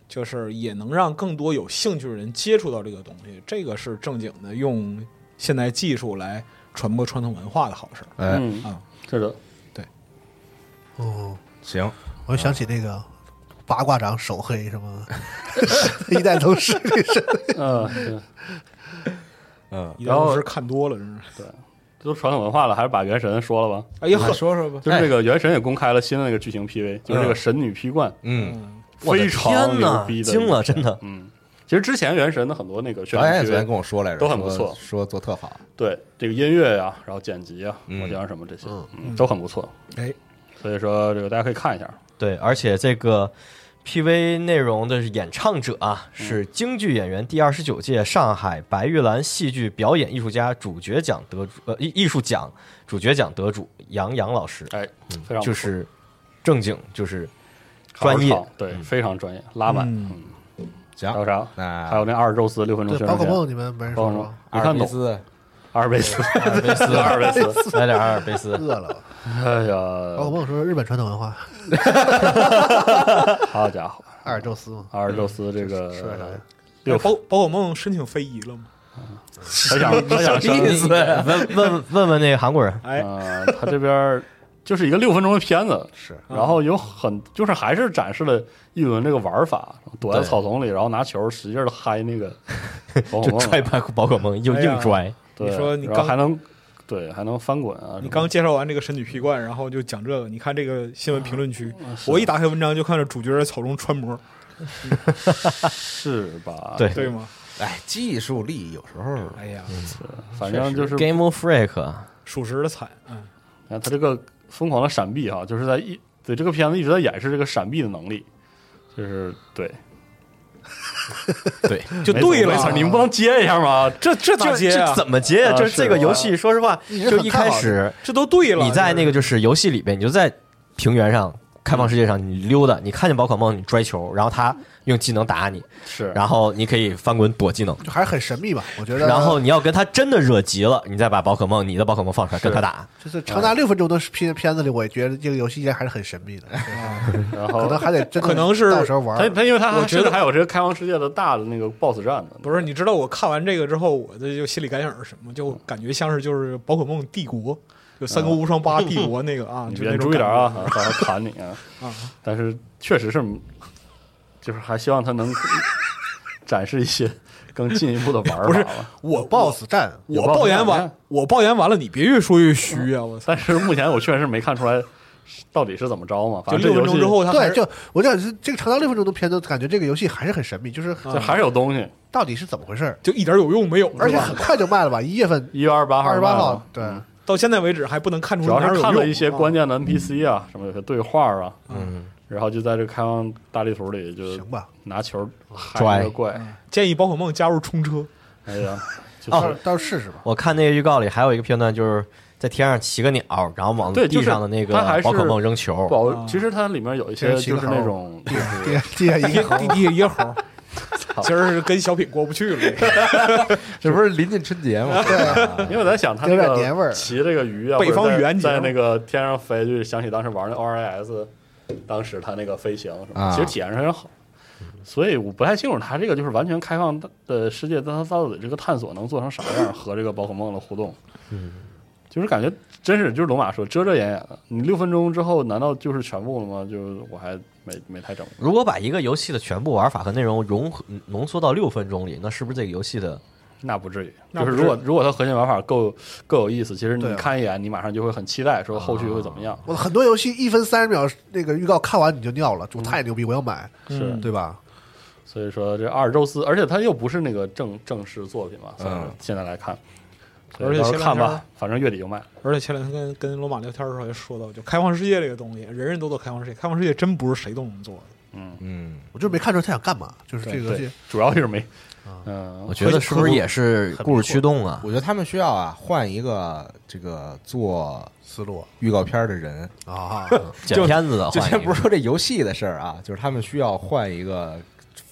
S8: 就是也能让更多有兴趣的人接触到这个东西，这个是正经的用现代技术来传播传统文化的好事儿。
S2: 哎
S4: 嗯
S8: 啊，
S4: 是的，
S6: 哦，
S2: 行，
S6: 我又想起那个八卦掌手
S4: 呃
S6: 黑什么，一代宗师这是
S4: 嗯，对
S2: 嗯，
S8: 一代宗师看多了，真是。
S4: 这都传统文化了，还是把原神说了吧。
S8: 哎呀呵，
S2: 说说吧，
S4: 就是这个原神也公开了新的那个剧情 PV，就是这个神女劈冠，
S2: 嗯，
S7: 我的
S4: 非常
S7: 天
S4: 牛
S7: 呐，
S4: 逼的，
S7: 惊了，真的。
S4: 嗯，其实之前原神的很多那个宣
S2: 导演
S4: 传
S2: 哎昨天
S4: PV，
S2: 跟我说来着，
S4: 都很不
S2: 说
S4: 错
S2: 说做特好，
S4: 对这个音乐呀、然后剪辑啊、
S2: 嗯
S4: 魔将什么这些，嗯，都很不错。
S8: 哎，
S4: 所以说这个大家可以看一下，
S7: 对，而且这个 PV 内容的演唱者啊，
S4: 嗯
S7: 是京剧演员第二十九届上海白玉兰戏剧表演艺术家主角奖得主，呃，艺艺术奖主角奖得主杨洋老师，
S4: 哎，非常不错
S7: 就是正经，就是
S4: 好好
S7: 专业
S4: 唱对，非常专业，拉满。嗯，
S2: 行哎
S4: 还有啥？
S2: 那
S4: 还有那阿尔宙斯六分钟
S6: 对，
S4: 宣
S6: 宝
S4: 传
S6: 可
S4: 片，
S6: 梦你们没人
S4: 包
S6: 说
S4: 括
S6: 吗？
S4: 没
S2: 阿尔
S4: 看
S2: 卑
S4: 懂，
S2: 斯，
S4: 阿尔卑斯，
S7: 阿尔卑斯，
S4: 阿 尔卑斯，
S7: 来点阿尔卑斯，
S6: 饿了，
S4: 哎
S6: 宝可
S4: 呀，
S6: 梦说日本传统文化，
S4: 好家伙，
S6: 阿尔宙斯嘛，
S4: 阿尔宙斯这 个
S8: 哎
S4: 六
S8: 宝宝可梦申请非遗了吗？
S4: 他想他想上
S7: 意思？问问问问那个韩国人，
S8: 哎，
S4: 呃，他这边儿 就是一个六分钟的片子，是，然后有很就是还是展示了一轮这个玩法，躲在
S7: 对
S4: 草丛里，然后拿球使劲的嗨那个宝可
S7: 就
S4: 梦啊，
S7: 拽宝宝可梦，硬
S8: 哎呀
S7: 硬拽，
S4: 对，
S8: 你说你
S4: 然后
S8: 刚
S4: 还能对还能翻滚啊，
S8: 你
S4: 什么
S8: 刚介绍完这个神女劈冠，然后就讲这个。你看这个新闻评论区，
S4: 是
S8: 我一打开文章就看着主角在草中穿模，
S4: 是吧？
S7: 对
S8: 对吗？
S2: 哎，技术力有时候
S8: 哎呀，
S4: 反正就是
S7: Game of Freak，啊
S8: 属实的惨。嗯，
S4: 看他这个疯狂的闪避哈、就是在一对这个片子一直在演示这个闪避的能力，就是对，
S7: 对，
S8: 就对
S4: 没错没错
S8: 了，
S4: 你们不能接一下吗？
S8: 这这咋接
S7: 这
S8: 啊？
S7: 怎么接呀？
S4: 啊
S7: 就是这个
S4: 的
S7: 游戏，说实话，
S6: 是
S7: 就
S6: 很
S7: 一
S6: 看
S7: 开
S6: 好的
S7: 始。
S8: 这都对了。
S7: 你在那个
S8: 个
S7: 就是游戏里边，你就在平原上、开放世界上，你溜达，你看见宝可梦，你拽球，然后它用技能打你，
S4: 是，
S7: 然后你可以翻滚躲技能，
S6: 就还是很神秘吧？我觉得。
S7: 然后你要跟它真的惹急了，你再把宝可梦你的宝可梦放出来跟它打。
S6: 就是长达六分钟的片片子里，我也觉得这个游戏依然还是很神秘的，
S4: 然
S6: 可
S4: 后
S6: 能还得真的
S8: 可能是
S6: 到时候玩
S4: 他
S6: 儿。
S4: 他因为他
S8: 我
S4: 还
S8: 觉
S4: 甚至
S8: 得
S4: 还有这个开放世界的大的那个 BOSS 战呢，
S8: 不是，你知道我看完这个之后，我的就心里感想是什么？就
S4: 嗯
S8: 感觉像是就是宝可梦帝国，就三国无 双八帝国那个啊，
S4: 啊你
S8: 就
S4: 别
S8: 那种
S4: 注意点啊，
S8: 感
S4: 啊到时候砍你啊！
S8: 觉 啊。
S4: 但是确实是，就是还希望他能展示一些更进一步的玩
S8: 不
S4: 法
S8: 是
S4: 吧。
S8: 我报
S6: ，BOSS 战
S4: 有
S8: 我
S4: 抱
S8: 抱怨
S4: 怨
S8: 完，我抱怨完了，你别越说越虚啊！我操，
S4: 但是目前我确实没看出来到底是怎么着嘛。
S8: 就
S4: 反正
S8: 六
S4: 这游
S8: 分钟
S4: 戏
S8: 之后，他
S6: 对，
S8: 还是
S6: 就我讲是这个长达六分钟的片子，感觉这个游戏还是很神秘，就是
S8: 啊
S4: 这还是有东西。
S6: 到底是怎么回事儿，
S8: 就一点有用没有，
S6: 而且
S8: 嗯是吧
S6: 很快就卖了吧，一月份
S4: 一月二十八号，
S6: 二十八号
S4: 嗯，
S6: 对，
S8: 到现在为止还不能看出
S4: 主要
S8: 哪儿
S4: 是
S8: 有
S4: 看了
S8: 用
S4: 一些
S8: 啊
S4: 关键的 NPC 啊，什么有些对话啊，嗯，然后就在这开放大地图里就
S6: 行吧。
S4: 拿球
S8: 啊
S4: 嗨
S7: 拽
S4: 那个怪，
S8: 建议宝可梦加入 冲车，
S4: 哎 呀，就
S7: 哦
S4: 是
S6: 到时候试试吧。
S7: 我看那个预告里还有一个片段，就是在天上骑个鸟，然后往
S4: 对就
S7: 地
S4: 是
S7: 上的那个
S4: 它还是
S7: 宝可梦扔球。
S4: 保，其实它里面有一些
S6: 这是
S4: 就是
S6: 旗号
S4: 那种就是
S6: 第第一
S8: 地
S6: 个猴，
S8: 地一个猴， 今儿是跟小品过不去了。
S2: 这不是临近春节吗？
S4: 因为我在想，他
S6: 有
S4: 那
S6: 点
S4: 个
S6: 年味儿
S4: 骑这个鱼啊，
S8: 北方
S4: 或者在
S8: 愚人节
S4: 在那个天上飞，就想起当时玩那 RIS，当时他那个飞行什么，
S2: 啊
S4: 其实体验是很好。所以我不太清楚他这个就是完全开放的呃世界，但它到底这个探索能做成啥样，和这个宝可梦的互动，嗯， 就是感觉真是就是龙马说遮遮掩掩的。你六分钟之后，难道就是全部了吗？就是我还没没太整。
S7: 如果把一个游戏的全部玩法和内容融合浓缩到六分钟里，那是不是这个游戏的？
S4: 那不至于，
S8: 那
S4: 就
S8: 不
S4: 是
S8: 至于
S4: 如果如果它核心玩法够够有意思，其实
S6: 对
S4: 你
S6: 啊
S4: 看一眼，你马上就会很期待说后续会怎么样。
S6: 我很多游戏一分三十秒那个预告看完你就尿了，我太牛逼，我要买，
S8: 嗯
S4: 是
S6: 对吧？
S4: 所以说这阿尔宙斯，而且它又不是那个正正式作品嘛，算是现在来看，所以到时候看
S8: 而且前两天
S4: 吧，反正月底就卖。
S8: 而且前两天跟跟罗马聊天的时候也说到，就开放世界这个东西，人人都做开放世界，开放世界真不是谁都能做的。
S2: 嗯，
S6: 我就没看出来他想干嘛，就是这个啊游
S4: 对
S6: 戏，，
S4: 主要就是没，嗯，
S7: 我觉得是不是也是故事驱动啊？
S2: 我觉得他们需要啊，换一个这个做
S6: 思路
S2: 预告片的人。
S6: 啊，
S7: 剪片子的
S2: 就
S7: 换一
S2: 先
S7: 个，
S2: 不是说这游戏的事儿啊，就是他们需要换一个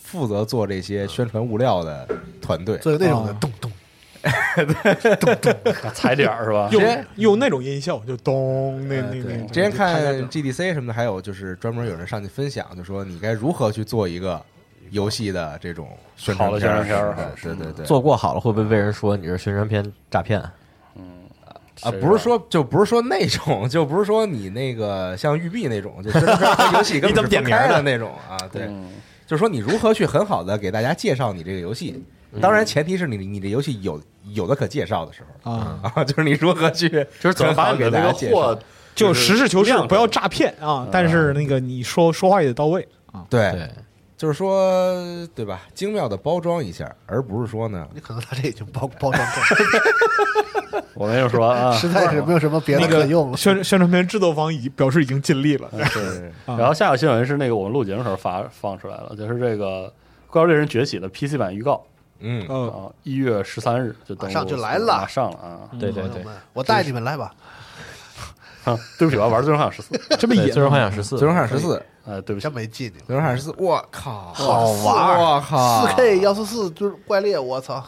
S2: 负责做这
S7: 嗯
S2: 些宣传物料的团队。
S6: 做一个那种的
S8: 啊
S6: 咚咚，
S4: 踩点儿是吧？
S8: 用用那种音效，就咚那那那。
S2: 之前看 GDC 什么的，还有就是专门有人上去分享，就说你该如何去做一个游戏的这种宣传
S4: 好的
S2: 片儿
S4: 宣传片儿
S2: 是的对对啊对，
S7: 做过好了会不会被人说你是宣传片诈骗？
S2: 啊，不是说就不是说那种，就不是说你那个像育碧那种，就宣传片儿和游戏根
S7: 你
S2: 本
S7: 怎么
S2: 是
S7: 点
S2: 分
S7: 名儿
S2: 开
S7: 的
S2: 的那种啊，对，
S4: 嗯
S2: 就是说你如何去很好的给大家介绍你这个游戏。当然，前提是你你这游戏有有的可介绍的时候
S8: 啊，
S2: 啊，就是你如何去
S4: 就是怎么把你
S2: 给
S4: 的
S2: 大
S4: 那
S2: 家
S4: 个
S2: 介绍
S4: 货，
S8: 就实事求是
S4: 量，
S8: 不要诈骗啊。但是那个你说说话也得到位啊。
S2: 对，
S7: 对，
S2: 就是说对吧？精妙的包装一下，而不是说呢，
S6: 你可能他这已经包包装够了，
S4: 我没有说啊，
S6: 实在是没有什么别的
S8: 那
S6: 可
S8: 个
S6: 用了。
S8: 宣宣传片制作方已表示已经尽力了。
S4: 对， 然后下个新闻是那个我们录节目时候发放出来了，就是这个《怪物猎人崛起》的 PC 版预告
S2: 嗯，
S8: 嗯，
S4: 啊，一月十三日就登
S6: 马
S4: 陆
S6: 上就来了
S4: 马上了啊！
S7: 对
S6: 朋
S7: 对
S6: 友
S7: 对，
S6: 们，我带你们来吧，
S4: 啊 对不起，我要玩《最终幻想十四》，
S8: 呃这么啊
S7: 对
S8: 野
S7: 最终幻想十四，
S2: 最终幻想十四，
S4: 哎，对不起
S6: 真，没劲。
S2: 最终幻想十四，我靠，
S6: 好玩
S2: 我靠，
S6: 四 K 幺四四就是怪猎，我操！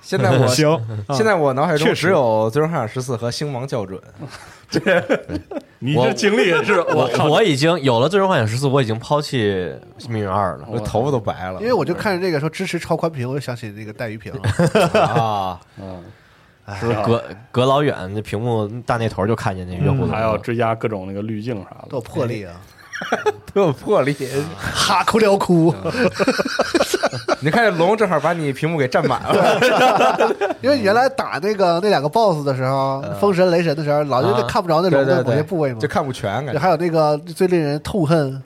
S2: 现在我
S8: 行， 啊
S2: 现在我脑海中
S8: 确实
S2: 只有《最终幻想十四》和《星芒校准》，
S4: 你这经历是我
S7: 我我已经有了《最终幻想十四》，我已经抛弃《命运二》了。
S2: 我头发都白了。
S6: 因为我就看着这个说支持超宽屏，我就想起那个带鱼屏了。
S2: 啊，
S4: 嗯，
S7: 隔隔老远，那屏幕大那头就看见那月湖
S4: 还要追加各种那个滤镜啥
S6: 多
S4: 的，
S6: 有魄力啊！
S2: 多有魄力！
S6: 哈哭聊哭，
S2: 啊你看这龙正好把你屏幕给占满了，
S6: 因为原来打那个那两个 BOSS 的时候，封神、雷神的时候，老就
S7: 啊
S6: 看不着那
S2: 对
S6: 龙
S2: 对
S6: 的某些
S2: 对，
S6: 部位嘛
S2: 就。看不全，感
S6: 就
S2: 觉
S6: 还有那个最令人痛恨，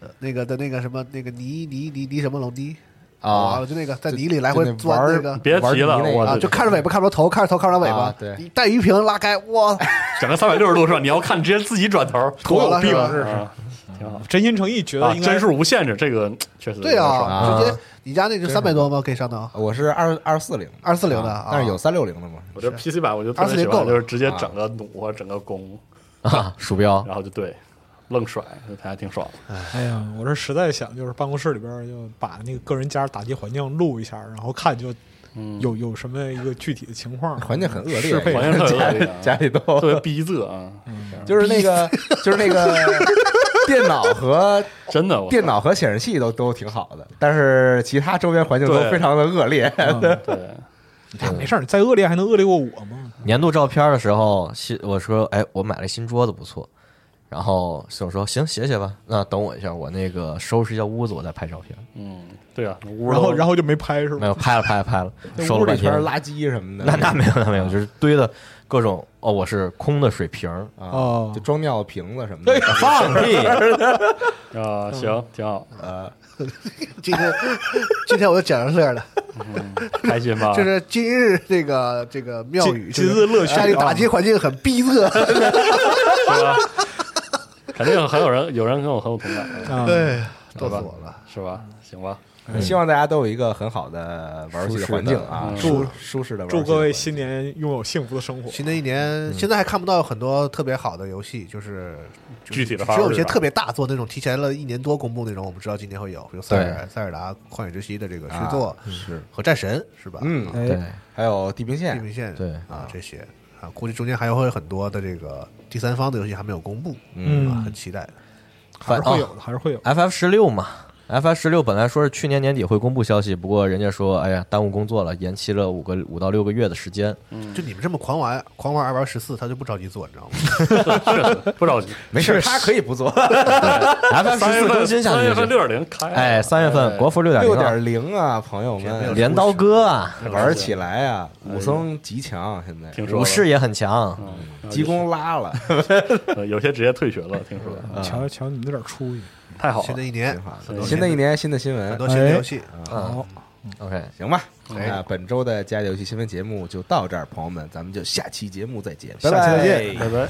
S6: 呃那个的那个什么那个泥泥泥泥什么龙泥哦
S2: 啊，
S6: 就那个在
S2: 就
S6: 泥里来
S2: 就
S6: 回
S2: 那
S6: 钻
S2: 玩
S6: 那
S2: 儿
S6: 个
S4: 别提
S2: 玩
S4: 了，
S2: 泥那个
S4: 我
S6: 啊，
S4: 的
S6: 就看着尾巴看不着头，看着头看不着尾巴
S2: 啊，对
S6: 你带鱼屏拉开， 哇，
S4: 整个三百六十度是吧？你要看，直接自己转头，
S6: 妥了是吧？
S4: 是吧？挺好
S8: 真心诚意觉
S4: 啊
S8: 得，应该
S4: 帧数无限制，这个确实
S6: 对
S4: 啊，
S6: 啊，
S2: 啊
S6: 直接你家那就三百多吗？可以上到
S2: 我是二二四零，
S6: 二四零的，
S2: 啊
S6: 啊
S2: 但是有三六零的吗？
S4: 我这 PC 版我就特别喜
S6: 20够
S4: 欢，
S6: 了
S4: 就是直接整个弩啊，整个弓，
S7: 啊，鼠标
S4: 然后就对，愣甩，还挺爽。
S8: 哎呀，我这实在想，就是办公室里边就把那个个人家打击环境录一下，然后看就
S4: 嗯，
S8: 有有什么一个具体的情况。
S2: 环境很恶劣
S8: 适，配
S4: 环境特别恶劣啊
S2: 家里都
S4: 特别逼仄啊，
S2: 就是那个就是那个电脑和
S4: 真的，我
S2: 电脑和显示器都都挺好的，但是其他周边环境都
S4: 对
S2: 非常的恶劣。
S8: 嗯
S4: 对，
S8: 哎没事儿，再恶劣还能恶劣过我吗？
S7: 年度照片的时候，新我说，哎，我买了新桌子，不错。然后我说，行，写写吧。那等我一下，我那个收拾一下屋子，我再拍照片。
S4: 嗯，对啊，屋
S8: 然后然
S4: 后
S8: 后就没拍是
S7: 没
S8: 吧？
S7: 有，拍了，拍了，拍了，
S2: 那
S7: 收
S2: 屋
S7: 了
S2: 里全
S7: 半天
S2: 是。垃圾什么的，
S7: 那那没有，那没有，就是堆的各种哦，我是空的水瓶儿，
S2: 啊
S8: 哦，
S2: 就装尿瓶子什么的
S8: 哎。
S7: 放屁！
S4: 啊，行，挺好，
S6: 今天 今天我就捡着乐了，
S4: 开心
S2: 啊
S4: 吧？
S6: 就是今日这个这个妙语，
S8: 今今日乐趣
S6: 家里
S2: 啊
S6: 打击环境很逼 仄，
S4: 是吧？肯定很有人，有人跟我很有同感，
S8: 啊
S2: 嗯
S6: 对，逗死我了。
S4: 是吧？行吧，
S7: 嗯
S2: 希望大家都有一个很好的玩游戏的环境啊，
S8: 舒
S2: 舒舒适的玩游戏的环境。
S8: 祝各位新年拥有幸福的生活。
S6: 新的一
S2: 嗯
S6: 年，现在还看不到很多特别好的游戏，就是
S4: 具体的发
S6: 只有一些
S4: 吧
S6: 特别大作那种提前了一年多公布那种，我们知道今年会有，比如塞尔塞尔达旷野之息的这个续作
S2: 是，
S6: 和战神是吧？
S2: 嗯，
S6: 啊
S7: 对
S2: 哎，还有地平
S6: 地
S2: 线，
S6: 平线
S7: 对
S6: 啊这些啊，估计中间还会有很多的这个第三方的游戏还没有公布，
S8: 嗯
S6: 啊很期待。
S8: 还是
S7: 反
S8: 会
S7: 哦
S8: 有的，还是会有的。
S7: FF 十六嘛，FF 十六本来说是去年年底会公布消息，不过人家说，哎呀，耽误工作了，延期了五个五到六个月的时间。
S6: 就你们这么狂玩狂玩二玩十四，他就不着急做，你知道吗？
S4: 不着急。
S2: 没事，他可以不做
S7: FF
S4: 三
S7: 十
S4: 月份
S7: 四更新下
S4: 三
S7: 去
S4: 月
S7: 就
S4: 份
S7: 行。
S4: 六点零开了，啊
S7: 哎，三月份国服六点
S2: 六
S7: 零
S2: 点零啊，朋友们，
S7: 镰刀哥啊，
S2: 玩起来啊，武僧极强，现在
S4: 听说
S7: 武士也很强。
S2: 急功拉了，
S4: 了，呃有些直接退学了，听说了
S8: 瞧瞧你们这点出息，
S4: 太好
S6: 新的
S4: 了，
S6: 一年
S2: 挺好的
S4: 很多
S2: 新的一年新的新
S6: 很
S2: 闻，嗯
S6: 多新的游戏，
S8: 好，
S7: OK，
S2: 行吧？那本周的家里游戏新闻节目就到这儿，朋友们，咱们就下期节目再见，
S8: 下期再
S2: 拜拜
S8: 见
S4: 拜拜。
S6: 拜